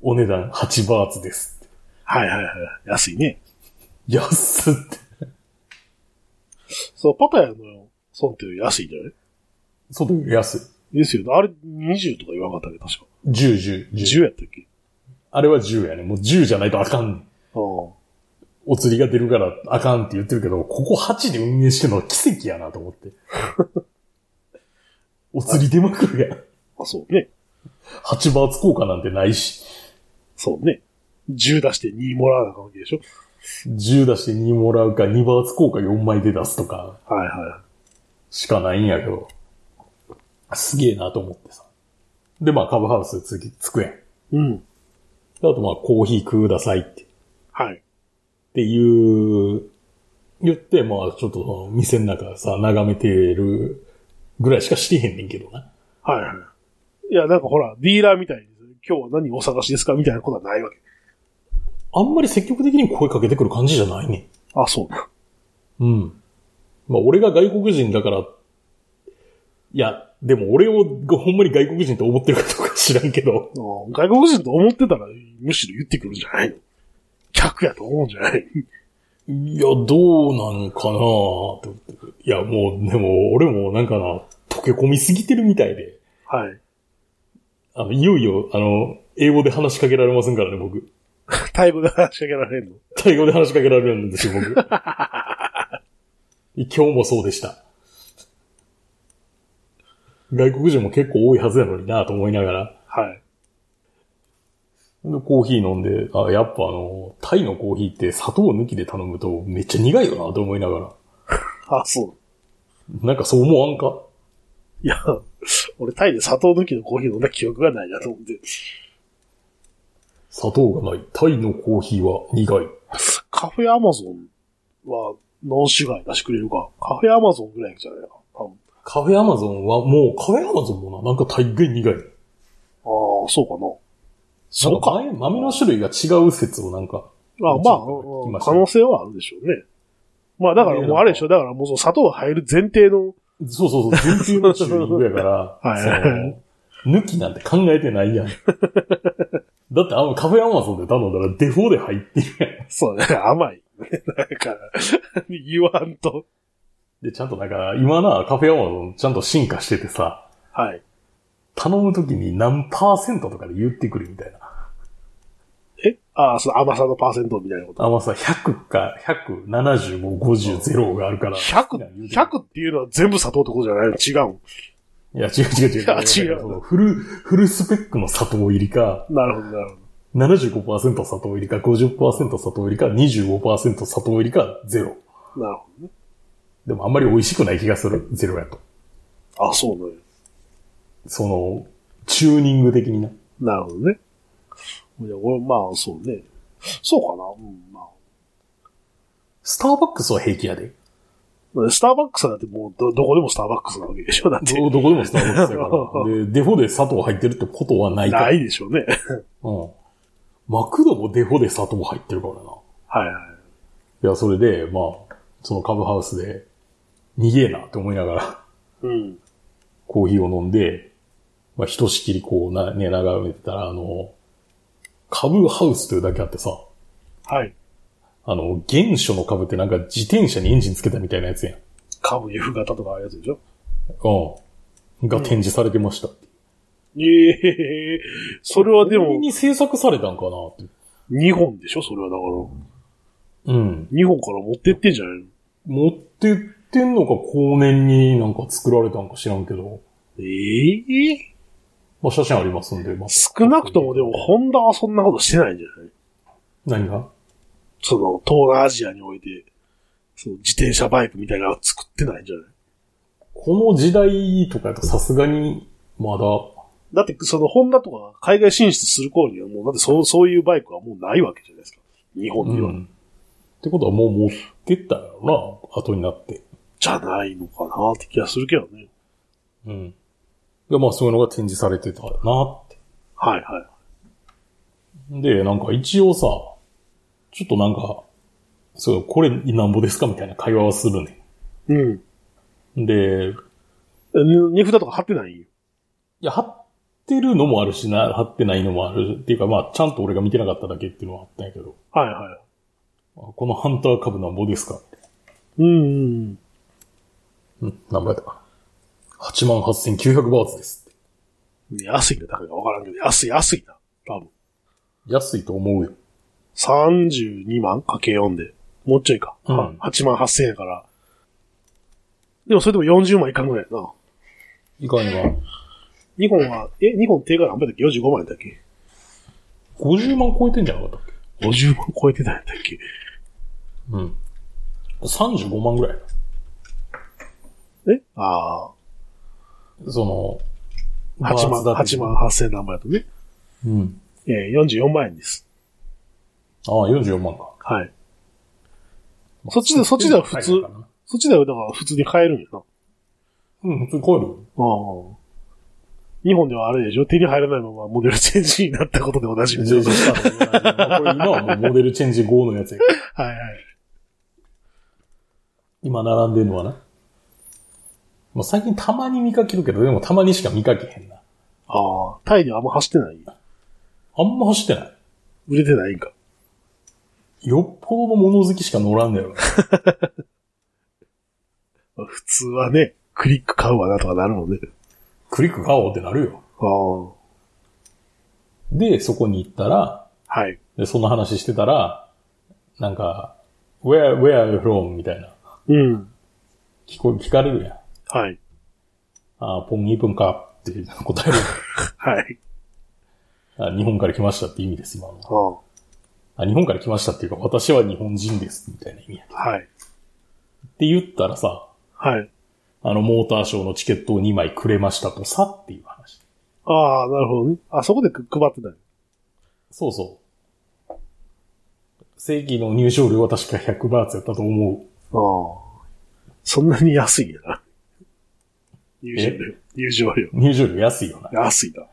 Speaker 3: お値段8バーツですって。
Speaker 2: はいはいはい。安いね。
Speaker 3: 安って。
Speaker 2: そう、パタヤの損って安いんじゃない
Speaker 3: そうだよ、安い。
Speaker 2: ですよね。あれ20とか言わなかったっけど、確か。
Speaker 3: 10、10、10。
Speaker 2: 10やったっけ
Speaker 3: あれは10やね。もう10じゃないとあかん。
Speaker 2: あ
Speaker 3: お釣りが出るからあかんって言ってるけど、ここ8で運営してるのは奇跡やなと思って。お釣り出まくるやん。
Speaker 2: あ。あ、そうね。
Speaker 3: 8バーツ効果なんてないし。
Speaker 2: そうね。10出して2もらわなあかんわけでしょ
Speaker 3: 10出して2もらうか、2バーツ効果4枚で出すとか、
Speaker 2: はいは
Speaker 3: しかないんやけど。すげえなと思ってさ。で、まあ、カブハウス次、つくやん。で
Speaker 2: い。うん。
Speaker 3: あと、まあ、コーヒーくださいって。
Speaker 2: はい。
Speaker 3: っていう、言って、まあ、ちょっとその店の中さ、眺めてるぐらいしかしてへんねんけどな。
Speaker 2: はいはい。いや、なんかほら、ディーラーみたいに、今日は何をお探しですかみたいなことはないわけ。
Speaker 3: あんまり積極的に声かけてくる感じじゃないね
Speaker 2: あ、そうな。
Speaker 3: ん。うん。まあ、俺が外国人だから、いや、でも俺をほんまに外国人と思ってるかどうか知らんけど、
Speaker 2: うん外国人と思ってたら、むしろ言ってくるんじゃないの客やと思うんじゃない
Speaker 3: いや、どうなんかなぁと思って。いや、もう、でも俺もなんかな、溶け込みすぎてるみたいで。
Speaker 2: はい。
Speaker 3: あの、いよいよ、あの、英語で話しかけられませんからね、僕。
Speaker 2: タイ語で話しかけられんの
Speaker 3: タイ語で話しかけられるんですよ、僕。今日もそうでした。外国人も結構多いはずやのになと思いながら。
Speaker 2: はい。
Speaker 3: でコーヒー飲んで、あ、やっぱあの、タイのコーヒーって砂糖抜きで頼むとめっちゃ苦いよなと思いながら。
Speaker 2: あ、そう。
Speaker 3: なんかそう思わんか
Speaker 2: いや、俺タイで砂糖抜きのコーヒー飲んだ記憶がないなと思って。
Speaker 3: 砂糖がない。タイのコーヒーは苦い。
Speaker 2: カフェアマゾンはノンシュガー出してくれるか。カフェアマゾンぐらいじゃないかな。多分
Speaker 3: カフェアマゾンはもう、カフェアマゾンもな、なんか大概苦い。
Speaker 2: ああ、そうかな。そうか。
Speaker 3: なん豆の種類が違う説をなんか、
Speaker 2: まあまあ
Speaker 3: 聞きま、した
Speaker 2: 可能性はあるでしょうね。まあだからもうあれでしょ、だからもうその砂糖が入る前提の、
Speaker 3: そうそうそう、全球のチューニングや から、
Speaker 2: はいはい
Speaker 3: その抜きなんて考えてないやん。だってあのカフェアマゾンで頼んだらデフォで入ってるやん。
Speaker 2: そうね、甘い。だから、言わんと。
Speaker 3: で、ちゃんとなんか、今な、カフェアマゾンちゃんと進化しててさ、
Speaker 2: はい。
Speaker 3: 頼むときに何パーセントとかで言ってくるみたいな。
Speaker 2: えああ、その甘さのパーセントみたいなこと。
Speaker 3: 甘さ100か、175、50、0があるから。
Speaker 2: 100、100っていうのは全部砂糖ってことじゃないの違うん。
Speaker 3: いや、違う違う違う。
Speaker 2: あ違う
Speaker 3: そのフル、フルスペックの砂糖入りか、
Speaker 2: なるほど、なるほど。
Speaker 3: 75%砂糖入りか、50%砂糖入りか、25%砂糖入りか、ゼロ。
Speaker 2: なるほどね。
Speaker 3: でもあんまり美味しくない気がする。ゼロやと。
Speaker 2: あ、そうね。
Speaker 3: その、チューニング的にな。
Speaker 2: なるほどね。いや、俺、まあ、そうね。そうかな。うん、ま
Speaker 3: スターバックスは平気やで。
Speaker 2: あ。スターバックスなんてもう、ど、どこでもスターバックスなわけでしょだって。
Speaker 3: ど、どこでもスターバックスやから。で、デフォで砂糖入ってるってことはないから。
Speaker 2: な
Speaker 3: うん。
Speaker 2: いでしょうね。
Speaker 3: マクドもデフォで砂糖入ってるからな。
Speaker 2: はいはい。
Speaker 3: いや、それで、まあ、そのカブハウスで、逃げえなって思いながら、
Speaker 2: うん。
Speaker 3: コーヒーを飲んで、まあ、ひとしきりこう、な、ね、眺めてたら、あの、カブハウスというだけあってさ、
Speaker 2: はい。
Speaker 3: あの、原初の株ってなんか自転車にエンジンつけたみたいなやつやん。
Speaker 2: カブ F 型とかああいうやつでしょ
Speaker 3: うん。が展示されてました。
Speaker 2: ええそれはで
Speaker 3: これ
Speaker 2: も、
Speaker 3: に制作されたんかなって。
Speaker 2: 日本でしょそれはだから。
Speaker 3: うん。
Speaker 2: 日本から持ってってんじゃないの
Speaker 3: 持ってってんのか後年になんか作られたんか知らんけど。
Speaker 2: ええ
Speaker 3: まあ、写真ありますんで、まあ、
Speaker 2: 少なくともでも、ホンダはそんなことしてないんじゃない
Speaker 3: 何が
Speaker 2: その、東南アジアにおいて、その自転車バイクみたいなのは作ってないんじゃない
Speaker 3: この時代とかやとさすがに、まだ、
Speaker 2: だって、その、ホンダとか海外進出する頃にはもう、だってそう、そういうバイクはもうないわけじゃないですか。日本には。
Speaker 3: うんってことはもう持ってったんやろな、後になって。
Speaker 2: じゃないのかなって気がするけどね。
Speaker 3: うん。で、まあそういうのが展示されてたなって。
Speaker 2: はいはい。
Speaker 3: で、なんか一応さ、ちょっとなんか、そう、これなんぼですかみたいな会話はするね。
Speaker 2: うん。
Speaker 3: で、
Speaker 2: え値札とか貼ってないよ。
Speaker 3: いや、貼ってるのもあるしな、貼ってないのもあるっていうか、まあ、ちゃんと俺が見てなかっただけっていうのはあったんやけど、
Speaker 2: はいはい。
Speaker 3: あこのハンター株なんぼですか
Speaker 2: うんうん
Speaker 3: うん、何倍だ ?88,900 バーツですって。
Speaker 2: うん。安いのだからわからんけど、安い安いな。多分。
Speaker 3: 安いと思うよ。
Speaker 2: 32万かけ4で。もうちょいか。
Speaker 3: うん
Speaker 2: は8万8千円やから。でもそれでも40万いかんぐらいやな。
Speaker 3: いかには、
Speaker 2: 2本は、え、2本定価何倍だっけ ?45 万やったっけ
Speaker 3: 50万超えてんじゃなかったっけ
Speaker 2: ?50 万超えてたんやったっけ
Speaker 3: うん。35万ぐらい。
Speaker 2: えあ
Speaker 3: そ
Speaker 2: あ、
Speaker 3: の、
Speaker 2: 8万、
Speaker 3: バーツ
Speaker 2: 8
Speaker 3: だ
Speaker 2: 万8千何倍だとね。
Speaker 3: と。うん。
Speaker 2: えー、44万円です。
Speaker 3: ああ、44万か。
Speaker 2: はい。そっちでそっちでは普通そっちではだから普通に買えるんやな。
Speaker 3: うん、普通超える。
Speaker 2: ああ。日本ではあれでしょ手に入らないままモデルチェンジになったことで同じみでしょ
Speaker 3: 全然したの。これ今はもうモデルチェンジ5のやつやけど
Speaker 2: はいはい。
Speaker 3: 今並んでるのはな。もう最近たまに見かけるけど、でもたまにしか見かけへんな。
Speaker 2: ああ。タイではあんま走ってない
Speaker 3: あんま走ってない。
Speaker 2: 売れてないんか。
Speaker 3: よっぽどの物好きしか乗らんのやろな。
Speaker 2: まあ普通はね、クリック買うわなとかなるもんね。
Speaker 3: クリック買おうってなるよ。
Speaker 2: ああ。
Speaker 3: で、そこに行ったら、
Speaker 2: はい。
Speaker 3: で、そんな話してたら、なんか、where, where are you from? みたいな。
Speaker 2: うん。
Speaker 3: 聞こ、聞かれるやん。
Speaker 2: はい。
Speaker 3: あーポンギープンかって答える。
Speaker 2: はい。
Speaker 3: あ日本から来ましたって意味です、今のは
Speaker 2: ああ。
Speaker 3: あ。日本から来ましたっていうか、私は日本人です、みたいな意味や。
Speaker 2: はい。
Speaker 3: って言ったらさ、
Speaker 2: はい。
Speaker 3: あの、モーターショーのチケットを2枚くれましたとさっていう話。
Speaker 2: ああ、なるほどね。あ、そこでく配ってたよ。
Speaker 3: そうそう。正規の入賞料は確か100バーツやったと思う。
Speaker 2: ああ。そんなに安いんやな。入場料。入場料。
Speaker 3: 入場料安いよな。
Speaker 2: 安いな。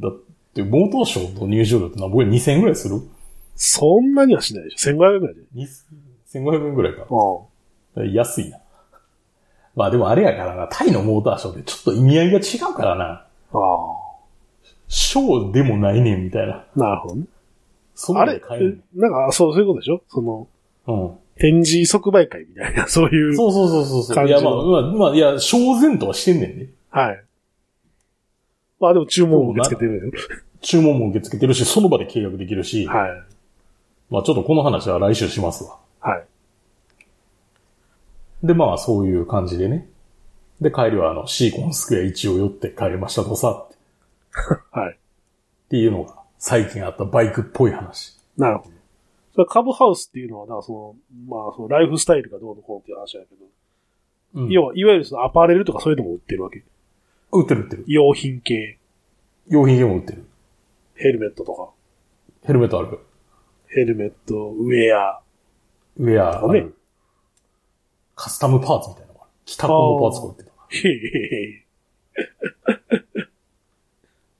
Speaker 3: だって、モーターショーの入場料ってなんぼや2000円ぐらいする
Speaker 2: そんなにはしないでしょ。1500円ぐらいで。
Speaker 3: に ?1500 円ぐらいか。だか
Speaker 2: あ
Speaker 3: ら安いな。まあでもあれやからな、タイのモーターショーってちょっと意味合いが違うからな。
Speaker 2: あ。ああ。
Speaker 3: ショーでもないねんみたいな。
Speaker 2: なるほどね。
Speaker 3: そんな
Speaker 2: あ
Speaker 3: ん
Speaker 2: れ
Speaker 3: で買えん
Speaker 2: えなんか、そう、そういうことでしょその、
Speaker 3: のうん。
Speaker 2: 展示即売会みたいな、 そういう。
Speaker 3: そうそうそうそうそ
Speaker 2: 感
Speaker 3: う。い
Speaker 2: じの
Speaker 3: やまあ、まあ、まあ、いや、正然とはしてんねんね。
Speaker 2: はい。まあでも注文を受け付けてるよ。
Speaker 3: 注文も受け付けてるし、その場で契約できるし、
Speaker 2: はい。
Speaker 3: まあちょっとこの話は来週しますわ。
Speaker 2: はい。
Speaker 3: で、まあそういう感じでね。で、帰りはあの、シーコンスクエア1を寄って帰りましたとさ、って
Speaker 2: はい。
Speaker 3: っていうのが最近あったバイクっぽい話。
Speaker 2: なるほど。それ株ハウスっていうのは、だからその、まあ、そのライフスタイルがどうのこうのっていう話だけど、
Speaker 3: うん。
Speaker 2: 要は、いわゆるそのアパレルとかそういうのも売ってるわけ。
Speaker 3: 売ってる売ってる。
Speaker 2: 用品系、
Speaker 3: 用品でも売ってる。
Speaker 2: ヘルメットとか、
Speaker 3: ヘルメットある。
Speaker 2: ヘルメット、ウェア、
Speaker 3: ウェアあ
Speaker 2: ね
Speaker 3: る。カスタムパーツみたいなのがある。北コのパーツが売ってた。
Speaker 2: へへへ。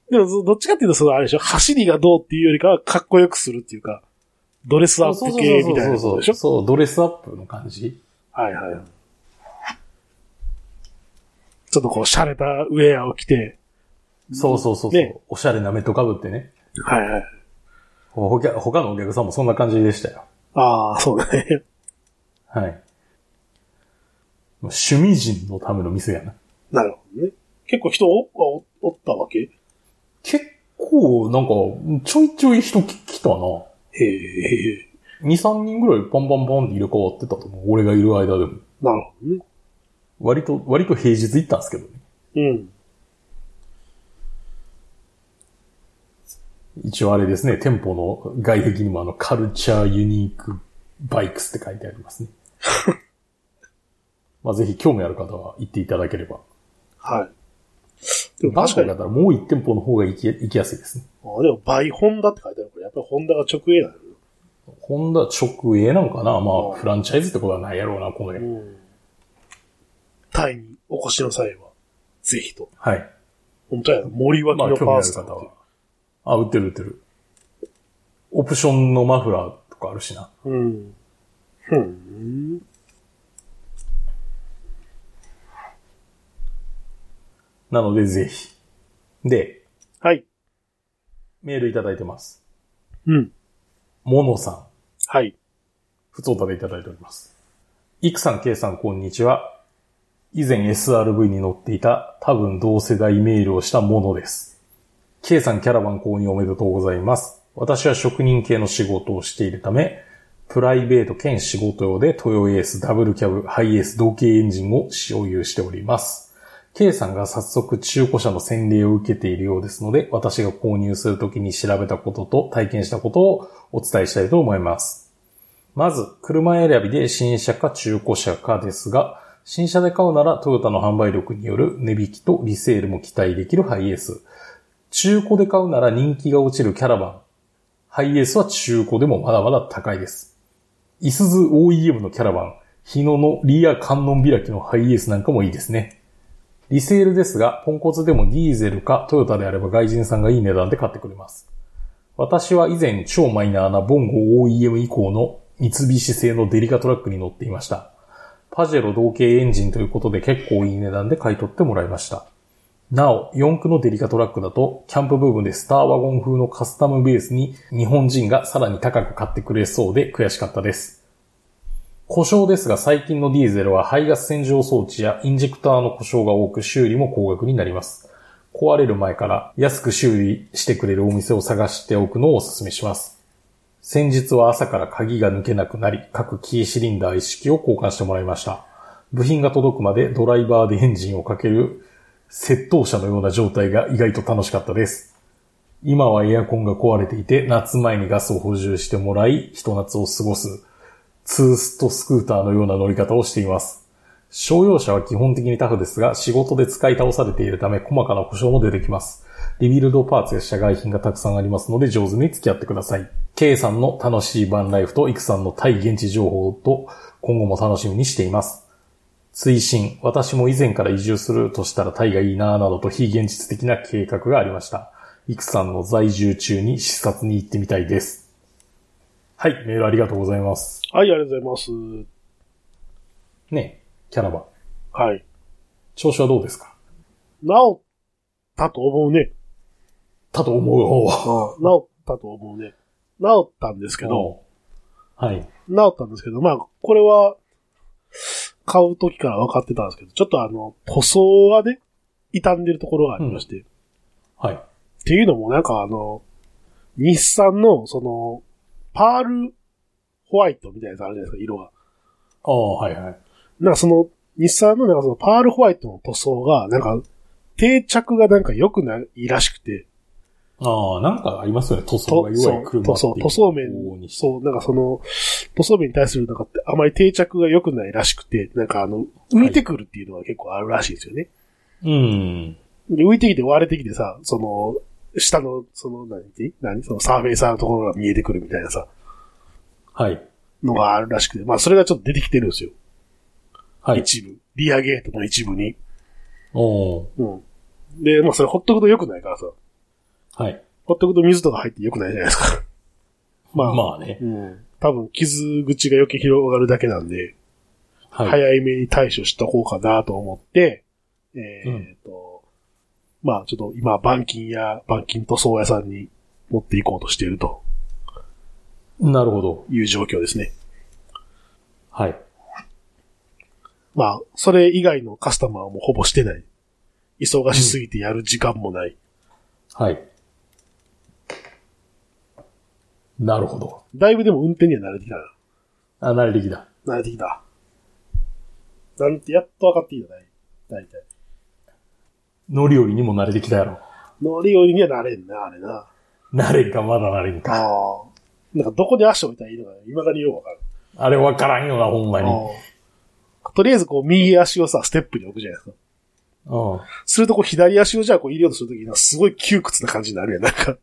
Speaker 2: でもそ、どっちかっていうと、その、あれでしょ、走りがどうっていうよりかは、かっこよくするっていうか、ドレスアップ系みたいなこと
Speaker 3: そう
Speaker 2: でし
Speaker 3: そう
Speaker 2: ょ
Speaker 3: そう、ドレスアップの感じ。
Speaker 2: はいはい。ちょっとこう、洒落たウェアを着て、
Speaker 3: そうそうそうそう、
Speaker 2: ね
Speaker 3: おしゃれなメットかぶってね。
Speaker 2: はいはい。
Speaker 3: ほか他のお客さんもそんな感じでしたよ。
Speaker 2: ああ、そうだね。
Speaker 3: はい。趣味人のための店やな。
Speaker 2: なるほどね。結構人おおおったわけ
Speaker 3: 結構、なんか、ちょいちょい人来来たな。
Speaker 2: へえ、
Speaker 3: 2、3人ぐらいパンパンパンって入れ替わってたと思う。俺がいる間でも。
Speaker 2: なるほどね。
Speaker 3: 割と、割と平日行ったんですけどね。
Speaker 2: うん。
Speaker 3: 一応あれですね、店舗の外壁にもあの、カルチャーユニークバイクスって書いてあります ね。まあぜひ興味ある方は行っていただければ。
Speaker 2: はい。でも
Speaker 3: バー
Speaker 2: 確
Speaker 3: コ
Speaker 2: か
Speaker 3: ン
Speaker 2: に、
Speaker 3: だ
Speaker 2: あ
Speaker 3: ったらもう1店舗の方が行き行きやすいですね。
Speaker 2: でもバイホンダって書いてあるから、やっぱりホンダが直営なのよ。
Speaker 3: ホンダ直営なんかなま
Speaker 2: うん
Speaker 3: あ、フランチャイズってことはないやろうな、この辺。
Speaker 2: うん。タイにお越しの際は、ぜひと。
Speaker 3: はい。
Speaker 2: 本当やな、森脇
Speaker 3: まあ、
Speaker 2: の
Speaker 3: 興味
Speaker 2: パ
Speaker 3: あ
Speaker 2: ー
Speaker 3: る
Speaker 2: スだって
Speaker 3: 方は。あ、売ってる売ってる。オプションのマフラーとかあるしな。
Speaker 2: うん。うん。
Speaker 3: なので、ぜひ。で、
Speaker 2: はい。
Speaker 3: メールいただいてます。
Speaker 2: うん。
Speaker 3: モノさん、
Speaker 2: はい。
Speaker 3: 普通歌でいただいております。イクさん、ケイさん、こんにちは。以前 SRV に乗っていた多分同世代メールをしたものです。K さんキャラバン購入おめでとうございます。私は職人系の仕事をしているため、プライベート兼仕事用でトヨエースダブルキャブハイエース同型エンジンを使用しております。K さんが早速中古車の洗礼を受けているようですので、私が購入するときに調べたことと体験したことをお伝えしたいと思います。まず、車選びで新車か中古車かですが、新車で買うならトヨタの販売力による値引きとリセールも期待できるハイエース。中古で買うなら人気が落ちるキャラバン。ハイエースは中古でもまだまだ高いです。イスズ OEM のキャラバン、日野のリア観音開きのハイエースなんかもいいですね。リセールですが、ポンコツでもディーゼルかトヨタであれば外人さんがいい値段で買ってくれます。私は以前超マイナーなボンゴ OEM 以降の三菱製のデリカトラックに乗っていました。パジェロ同型エンジンということで結構いい値段で買い取ってもらいました。なお、4駆のデリカトラックだと、キャンプ部分でスターワゴン風のカスタムベースに日本人がさらに高く買ってくれそうで悔しかったです。故障ですが最近のディーゼルは排ガス洗浄装置やインジェクターの故障が多く修理も高額になります。壊れる前から安く修理してくれるお店を探しておくのをお勧めします。先日は朝から鍵が抜けなくなり、各キーシリンダー一式を交換してもらいました。部品が届くまでドライバーでエンジンをかける窃盗車のような状態が意外と楽しかったです。今はエアコンが壊れていて、夏前にガスを補充してもらい、ひと夏を過ごす、ツーストスクーターのような乗り方をしています。商用車は基本的にタフですが、仕事で使い倒されているため、細かな故障も出てきます。リビルドパーツや社外品がたくさんありますので、上手に付き合ってください。K さんの楽しいバンライフと、イクさんの対現地情報と、今後も楽しみにしています。推進、私も以前から移住するとしたらタイがいいなぁなどと非現実的な計画がありました。イクさんの在住中に視察に行ってみたいです。はい、メールありがとうございます。
Speaker 2: はい、ありがとうございます。
Speaker 3: ねえキャラバン。
Speaker 2: はい。
Speaker 3: 調子はどうですか
Speaker 2: 治ったと思うね。
Speaker 3: だと思うよ。
Speaker 2: 治ったと思うね。治ったんですけど、
Speaker 3: はい。
Speaker 2: 治ったんですけど、まあ、これは、買う時から分かってたんですけど、ちょっとあの、塗装がね、傷んでるところがありまして、っ
Speaker 3: はい。
Speaker 2: ていうのもなんかあの、日産の、その、パールホワイトみたいなやつあるじゃないですか、色が。
Speaker 3: ああ、はいはい。
Speaker 2: なんかその、日産のなんかそのパールホワイトの塗装が、なんか、定着がなんか良くないらしくて、
Speaker 3: ああ、なんかありますよね。塗装
Speaker 2: と
Speaker 3: が
Speaker 2: そ
Speaker 3: 弱いう車
Speaker 2: 塗
Speaker 3: ってい
Speaker 2: 装
Speaker 3: う。
Speaker 2: 塗装面
Speaker 3: 往々に、して
Speaker 2: そう、なんかその、塗装面に対するなんかってあまり定着が良くないらしくて、なんかあの、浮いてくるっていうのが結構あるらしいんですよね。
Speaker 3: うん。
Speaker 2: で浮いてきて割れてきてさ、その、下の、その何、何そのサーフェイサーのところが見えてくるみたいなさ、
Speaker 3: はい。
Speaker 2: のがあるらしくて、まあそれがちょっと出てきてるんですよ。
Speaker 3: はい。
Speaker 2: 一部。リアゲートの一部に。
Speaker 3: おお
Speaker 2: うん。で、まあそれほっとくと良くないからさ、
Speaker 3: ーはい。
Speaker 2: ほっとくと水とか入って良くないじゃないで すか。まあ、
Speaker 3: まあね
Speaker 2: う。ん。多分傷口が余計広がるだけなんで、
Speaker 3: はい。
Speaker 2: 早めに対処しとこうかなと思って、えっと、まあちょっと今、板金や、板金塗装屋さんに持っていこうとしていると。
Speaker 3: なるほど。
Speaker 2: いう状況ですね。
Speaker 3: はい。
Speaker 2: まあ、それ以外のカスタマーはもうほぼしてない。忙しすぎてやる時間もない。
Speaker 3: はい。なるほど。
Speaker 2: だいぶでも運転には慣れてきたな。
Speaker 3: あ、慣れてきた。
Speaker 2: 慣れてきた。なんてやっと分かってきたね。大体。
Speaker 3: 乗り降りにも慣れてきたやろ。
Speaker 2: 乗り降りにはなれんな、あれな。あ
Speaker 3: 慣れんか、まだ慣れんか。
Speaker 2: あ。なんかどこに足を置いたらいいのか、未だによう分かる。
Speaker 3: あれわからんよな、ほんまに。
Speaker 2: ああとりあえずこう右足をさ、ステップに置くじゃないですか。
Speaker 3: うん。
Speaker 2: するとこう左足をじゃあこう入れようとするときになんかすごい窮屈な感じになるやん。なんか。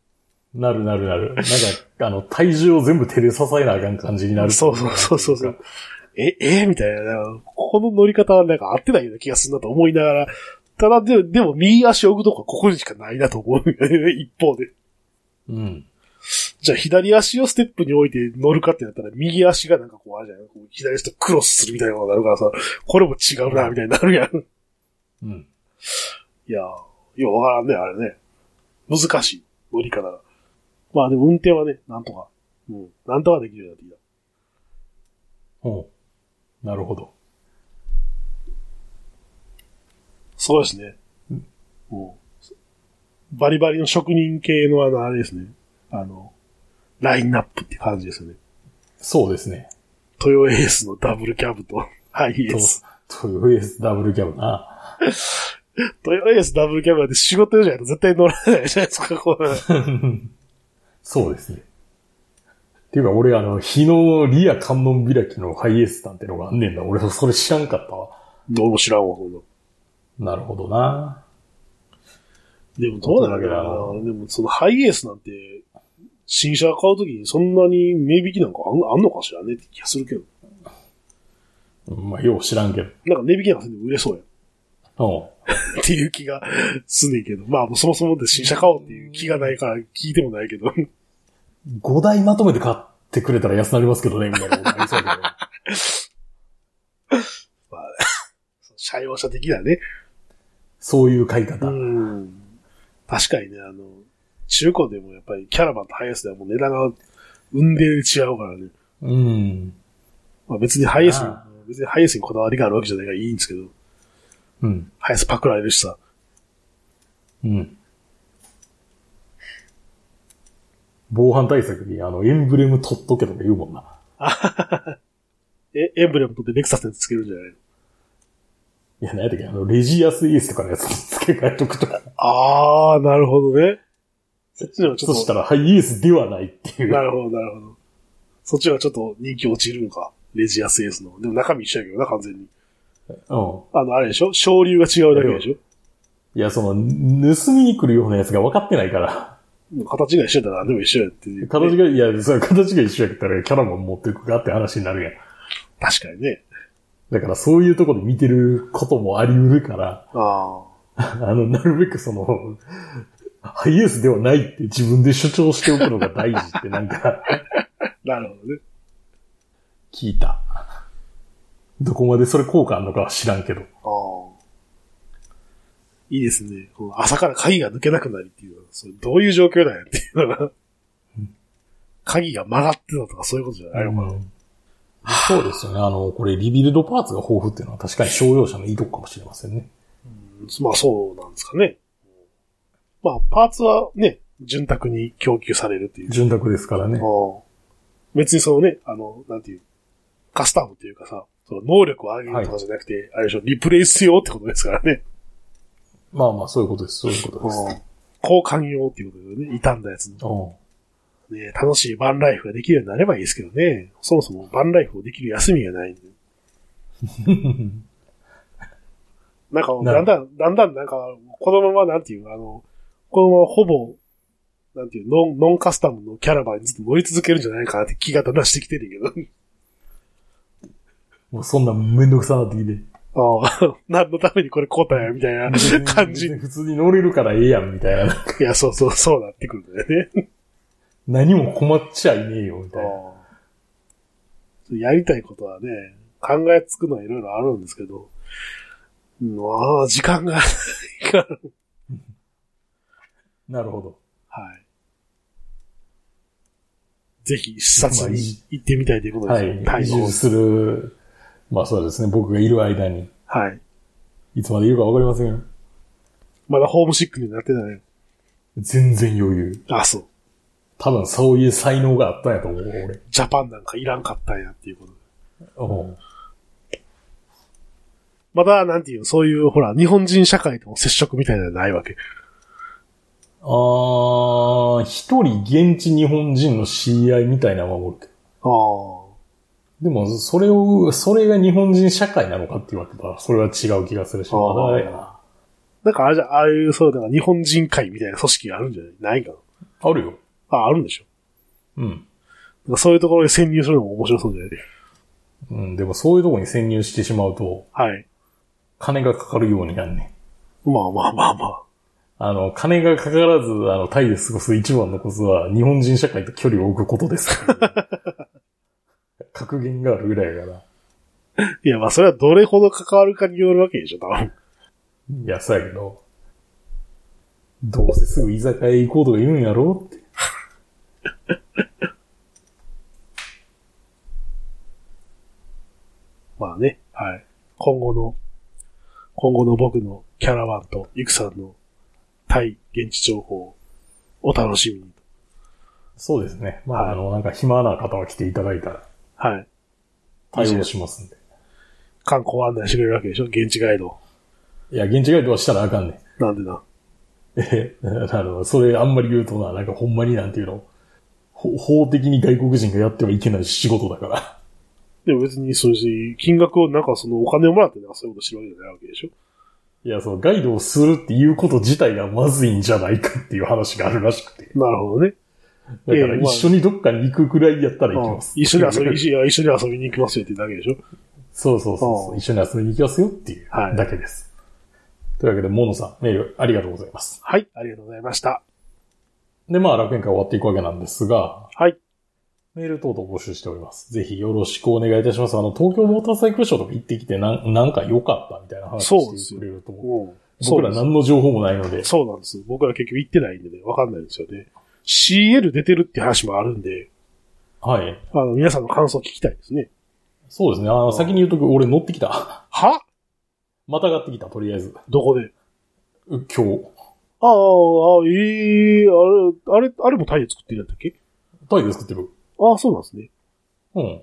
Speaker 3: なるなるなる。なんか、あの、体重を全部手で支えなあかん感じになる。
Speaker 2: そうそうそうそうそう。え、えみたいな。この乗り方はなんか合ってないような気がするなと思いながら、ただで、でも右足を置くとこはここにしかないなと思う よね。一方で。
Speaker 3: うん。
Speaker 2: じゃあ左足をステップに置いて乗るかってなったら、右足がなんかこうあるじゃないこう左足とクロスするみたいなことになるからさ、これも違うな、みたいになるやん。
Speaker 3: うん。
Speaker 2: いやー、ようわからんね、あれね。難しい乗り方が。まあでも運転はね、なんとか、うん、なんとかできるようになってきた。
Speaker 1: うん。なるほど。
Speaker 2: そうですね。もう、バリバリの職人系のあの、あれですね。あの、ラインナップって感じですよね。
Speaker 1: そうですね。
Speaker 2: トヨエースのダブルキャブと、ハイエース。
Speaker 1: と、と、US ダブルキャブな。
Speaker 2: トヨエースダブルキャブなんて仕事用じゃないと絶対乗らないじゃないですか、こう。
Speaker 1: そうですね。っていうか、俺、あの、日のリア観音開きのハイエースなんてのがあんねんな。俺、それ知らんかったわ。
Speaker 2: どうも知らんわ、そんな。
Speaker 1: なるほどな。
Speaker 2: でもどうなんだろうな。でもそのハイエースなんて、新車買うときにそんなに値引きなんかあんあんのかしらねって気がするけど。
Speaker 1: うんまあ、よう知らんけ
Speaker 2: なんか値引きなんかせんでも売れそうや
Speaker 1: ど。
Speaker 2: ん。っていう気がすんねんけど。まあもうそもそもで新車買おうっていう気がないから聞いてもないけど。
Speaker 1: うん。5台まとめて買ってくれたら安なりますけどね、みたいなことありそうだけ ど。
Speaker 2: 車用車的だね。
Speaker 1: そういう買い方。
Speaker 2: うん。確かにね、あの、中古でもやっぱりキャラバンとハイエースではもう値段が運で違うからね。
Speaker 1: うん。
Speaker 2: まあ別にハイエースに
Speaker 1: あ、
Speaker 2: 別にハイエースにこだわりがあるわけじゃないからいいんですけど、
Speaker 1: うん。
Speaker 2: ハイエースパクられるしさ。
Speaker 1: うん。防犯対策に、あの、エンブレム取っとけとか言うもんな。
Speaker 2: え、エンブレム取ってレクサスにつけるんじゃないの
Speaker 1: いや、何やったっけ、あの、レジアスエースとかのやつに付け替えとくとか。
Speaker 2: あー、なるほどね。そっちのはちょ
Speaker 1: そ
Speaker 2: っ
Speaker 1: した
Speaker 2: と、
Speaker 1: ら、ハイエースではないって いう。
Speaker 2: なるほど、なるほど。そっちはちょっと人気落ちるのか。レジアスエースの。でも中身一緒やけどな、完全に。あの、あれでしょ昇流が違うだけでし
Speaker 1: うん。いや、その、盗みに来るようなやつが分かってないから。
Speaker 2: ょ形が一緒やったら何でも一緒やっていう。
Speaker 1: 形が、いや、それ形が一緒やったら、キャラも持っていくかって話になるやん。
Speaker 2: 確かにね。
Speaker 1: だから、そういうとこで見てることもあり得るから、
Speaker 2: あ
Speaker 1: あの、なるべくその、ハイエースではないって自分で主張しておくのが大事ってなんか、
Speaker 2: ー、なるほどね。
Speaker 1: 聞いた。どこまでそれ効果あるのかは知らんけど。
Speaker 2: ああ。いいですね。この朝から鍵が抜けなくなりっていうのは、それどういう状況だよっていうのが。鍵が曲がってたとかそういうことじゃないのかな。
Speaker 1: そうですよね。あの、これ、リビルドパーツが豊富っていうのは確かに商用車のいいとこかもしれませんね。
Speaker 2: まあそうなんですかね。まあパーツはね、潤沢に供給されるっていう。
Speaker 1: 潤沢ですからね。
Speaker 2: ああ別にそのね、あの、なんていう、カスタムっていうかさ、その能力を上げるとかじゃなくて、あれでしょ、リプレイス用ってことですからね。
Speaker 1: まあまあ、そういうことです。そういうことです。
Speaker 2: 交換用っていうことでね、傷んだやつの。
Speaker 1: うん
Speaker 2: ね、楽しいバンライフができるようになればいいですけどね。そもそもバンライフをできる休みがないん で。なんか、
Speaker 1: な
Speaker 2: だ
Speaker 1: る
Speaker 2: んだん、だんだんなんか、このままなんていう、あの、このままほぼ、なんていう、ノン、ノンカスタムのキャラバンにずっと乗り続けるんじゃないかなって気がだんだんしてきてるけど。
Speaker 1: もうそんなめんどくさなってきて。
Speaker 2: ああ、 何のためにこれ交代や、みたいな感じ。い
Speaker 1: 普通に乗れるからええやん、みたいな。
Speaker 2: や、そうそう、そうなってくるんだよね。
Speaker 1: 何も困っちゃいねえよ、みたいな。
Speaker 2: やりたいことはね、考えつくのはいろいろあるんですけど、まあ、時間がないから。
Speaker 1: なるほど。
Speaker 2: はい。ぜひ、視察に行ってみたいということ
Speaker 1: は
Speaker 2: ですね。タ
Speaker 1: い。移
Speaker 2: イの
Speaker 1: 住する、まあそうですね。僕がいる間に、
Speaker 2: はい。
Speaker 1: いつまでいるかわかりませんよ。
Speaker 2: まだホームシックになってない。
Speaker 1: 全然余裕。
Speaker 2: あ、そう。
Speaker 1: 多分そういう才能があったんやと思う、俺。
Speaker 2: ジャパンなんかいらんかったんやっていうこと。
Speaker 1: うん
Speaker 2: まだ、なんていうの、そういう、ほら、日本人社会との接触みたいなのはないわけ。
Speaker 1: あー、一人現地日本人の知り合いみたいなのはおるけど。
Speaker 2: ああ。
Speaker 1: でも、それを、それが日本人社会なのかって言われたら、それは違う気がするし、
Speaker 2: あー
Speaker 1: まだやな。
Speaker 2: なんかあれじゃ、ああいう、そう、だから日本人会みたいな組織があるんじゃないないか
Speaker 1: あるよ。
Speaker 2: な。あ、あるんでしょ。
Speaker 1: うん。
Speaker 2: なんかそういうところに潜入するのも面白そうじゃない
Speaker 1: うん、でもそういうとこに潜入してしまうと、
Speaker 2: はい。
Speaker 1: 金がかかるようになんねん。
Speaker 2: まあまあまあまあ。
Speaker 1: あの、金がかからず、あの、タイで過ごす一番のコツは、日本人社会と距離を置くことです。 格言があるぐらいやから。
Speaker 2: いや、まあそれはどれほど関わるかによるわけでしょ、多分。
Speaker 1: いや、そうやけど、どうせすぐ居酒屋行こうとか言うんやろって。
Speaker 2: まあね、はい。今後の、今後の僕のキャラワンとイクさんの対現地情報をお楽しみに。
Speaker 1: そうですね。まあ、
Speaker 2: はい
Speaker 1: あの、なんか暇な方は来ていただいたら
Speaker 2: はい。
Speaker 1: 対応しますんで。
Speaker 2: 観光案内してくれるわけでしょ現地ガイド。
Speaker 1: いや、現地ガイドはしたらあかんねん。
Speaker 2: なんでな。
Speaker 1: え、あの、それあんまり言うとな、なんかほんまになんていうの、ほ法的に外国人がやってはいけない仕事だから。
Speaker 2: でも別に、そうし、金額をなんかそのお金をもらってなんかそういうことしてるわけじゃないわけでしょ
Speaker 1: いや、そのガイドをするっていうこと自体がまずいんじゃないかっていう話があるらしくて。
Speaker 2: なるほどね。
Speaker 1: だか
Speaker 2: ええ
Speaker 1: ら
Speaker 2: ま
Speaker 1: 一
Speaker 2: あ
Speaker 1: 緒にどっかに行くくらいやったら行きます。
Speaker 2: 一緒に遊び、一緒に一緒に遊びに行きますよってだけでしょ
Speaker 1: そうそうそうそうう。
Speaker 2: ん
Speaker 1: 一緒に遊びに行きますよっていう
Speaker 2: はい
Speaker 1: だけです。というわけで、モノさん、メールありがとうございます。
Speaker 2: はい、ありがとうございました。
Speaker 1: で、まあ、楽園会終わっていくわけなんですが、
Speaker 2: はい。
Speaker 1: メール等々募集しております。ぜひよろしくお願いいたします。あの、東京モーターサイクルショーとか行ってきてなん、なんか良かったみたいな話
Speaker 2: そうです
Speaker 1: して
Speaker 2: よ
Speaker 1: くれると、
Speaker 2: うん。そ
Speaker 1: 僕
Speaker 2: うな
Speaker 1: ら
Speaker 2: んです
Speaker 1: 何の情報もないので、
Speaker 2: そうなんです。僕ら結局行ってないんでね、わかんないんですよね。CL 出てるって話もあるんで、
Speaker 1: はい。
Speaker 2: あの、皆さんの感想聞きたいですね。
Speaker 1: そうですね。あの、先に言うとく、俺乗ってきた。
Speaker 2: は
Speaker 1: またがってきた、とりあえず。
Speaker 2: どこで
Speaker 1: う今日。
Speaker 2: ああ、あええあれ、あれ、あれもタイで作ってるんだっけ
Speaker 1: タイで作ってる。
Speaker 2: ああ、そうなんですね。
Speaker 1: うん。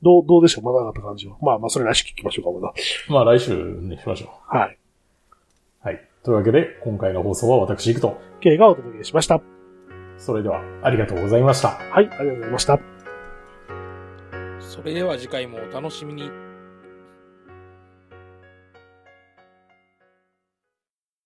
Speaker 2: どう、どうでしょうまだなかった感じは。まあまあ、それ来週聞きましょうか、ま
Speaker 1: まあ、来週にしましょ
Speaker 2: だ。はい。
Speaker 1: う。はい。というわけで、今回の放送は私、行くと。
Speaker 2: K がお届けしました。はい、
Speaker 1: それでは、ありがとうございました。
Speaker 2: ありがとうございました。
Speaker 4: それでは次回もお楽しみに。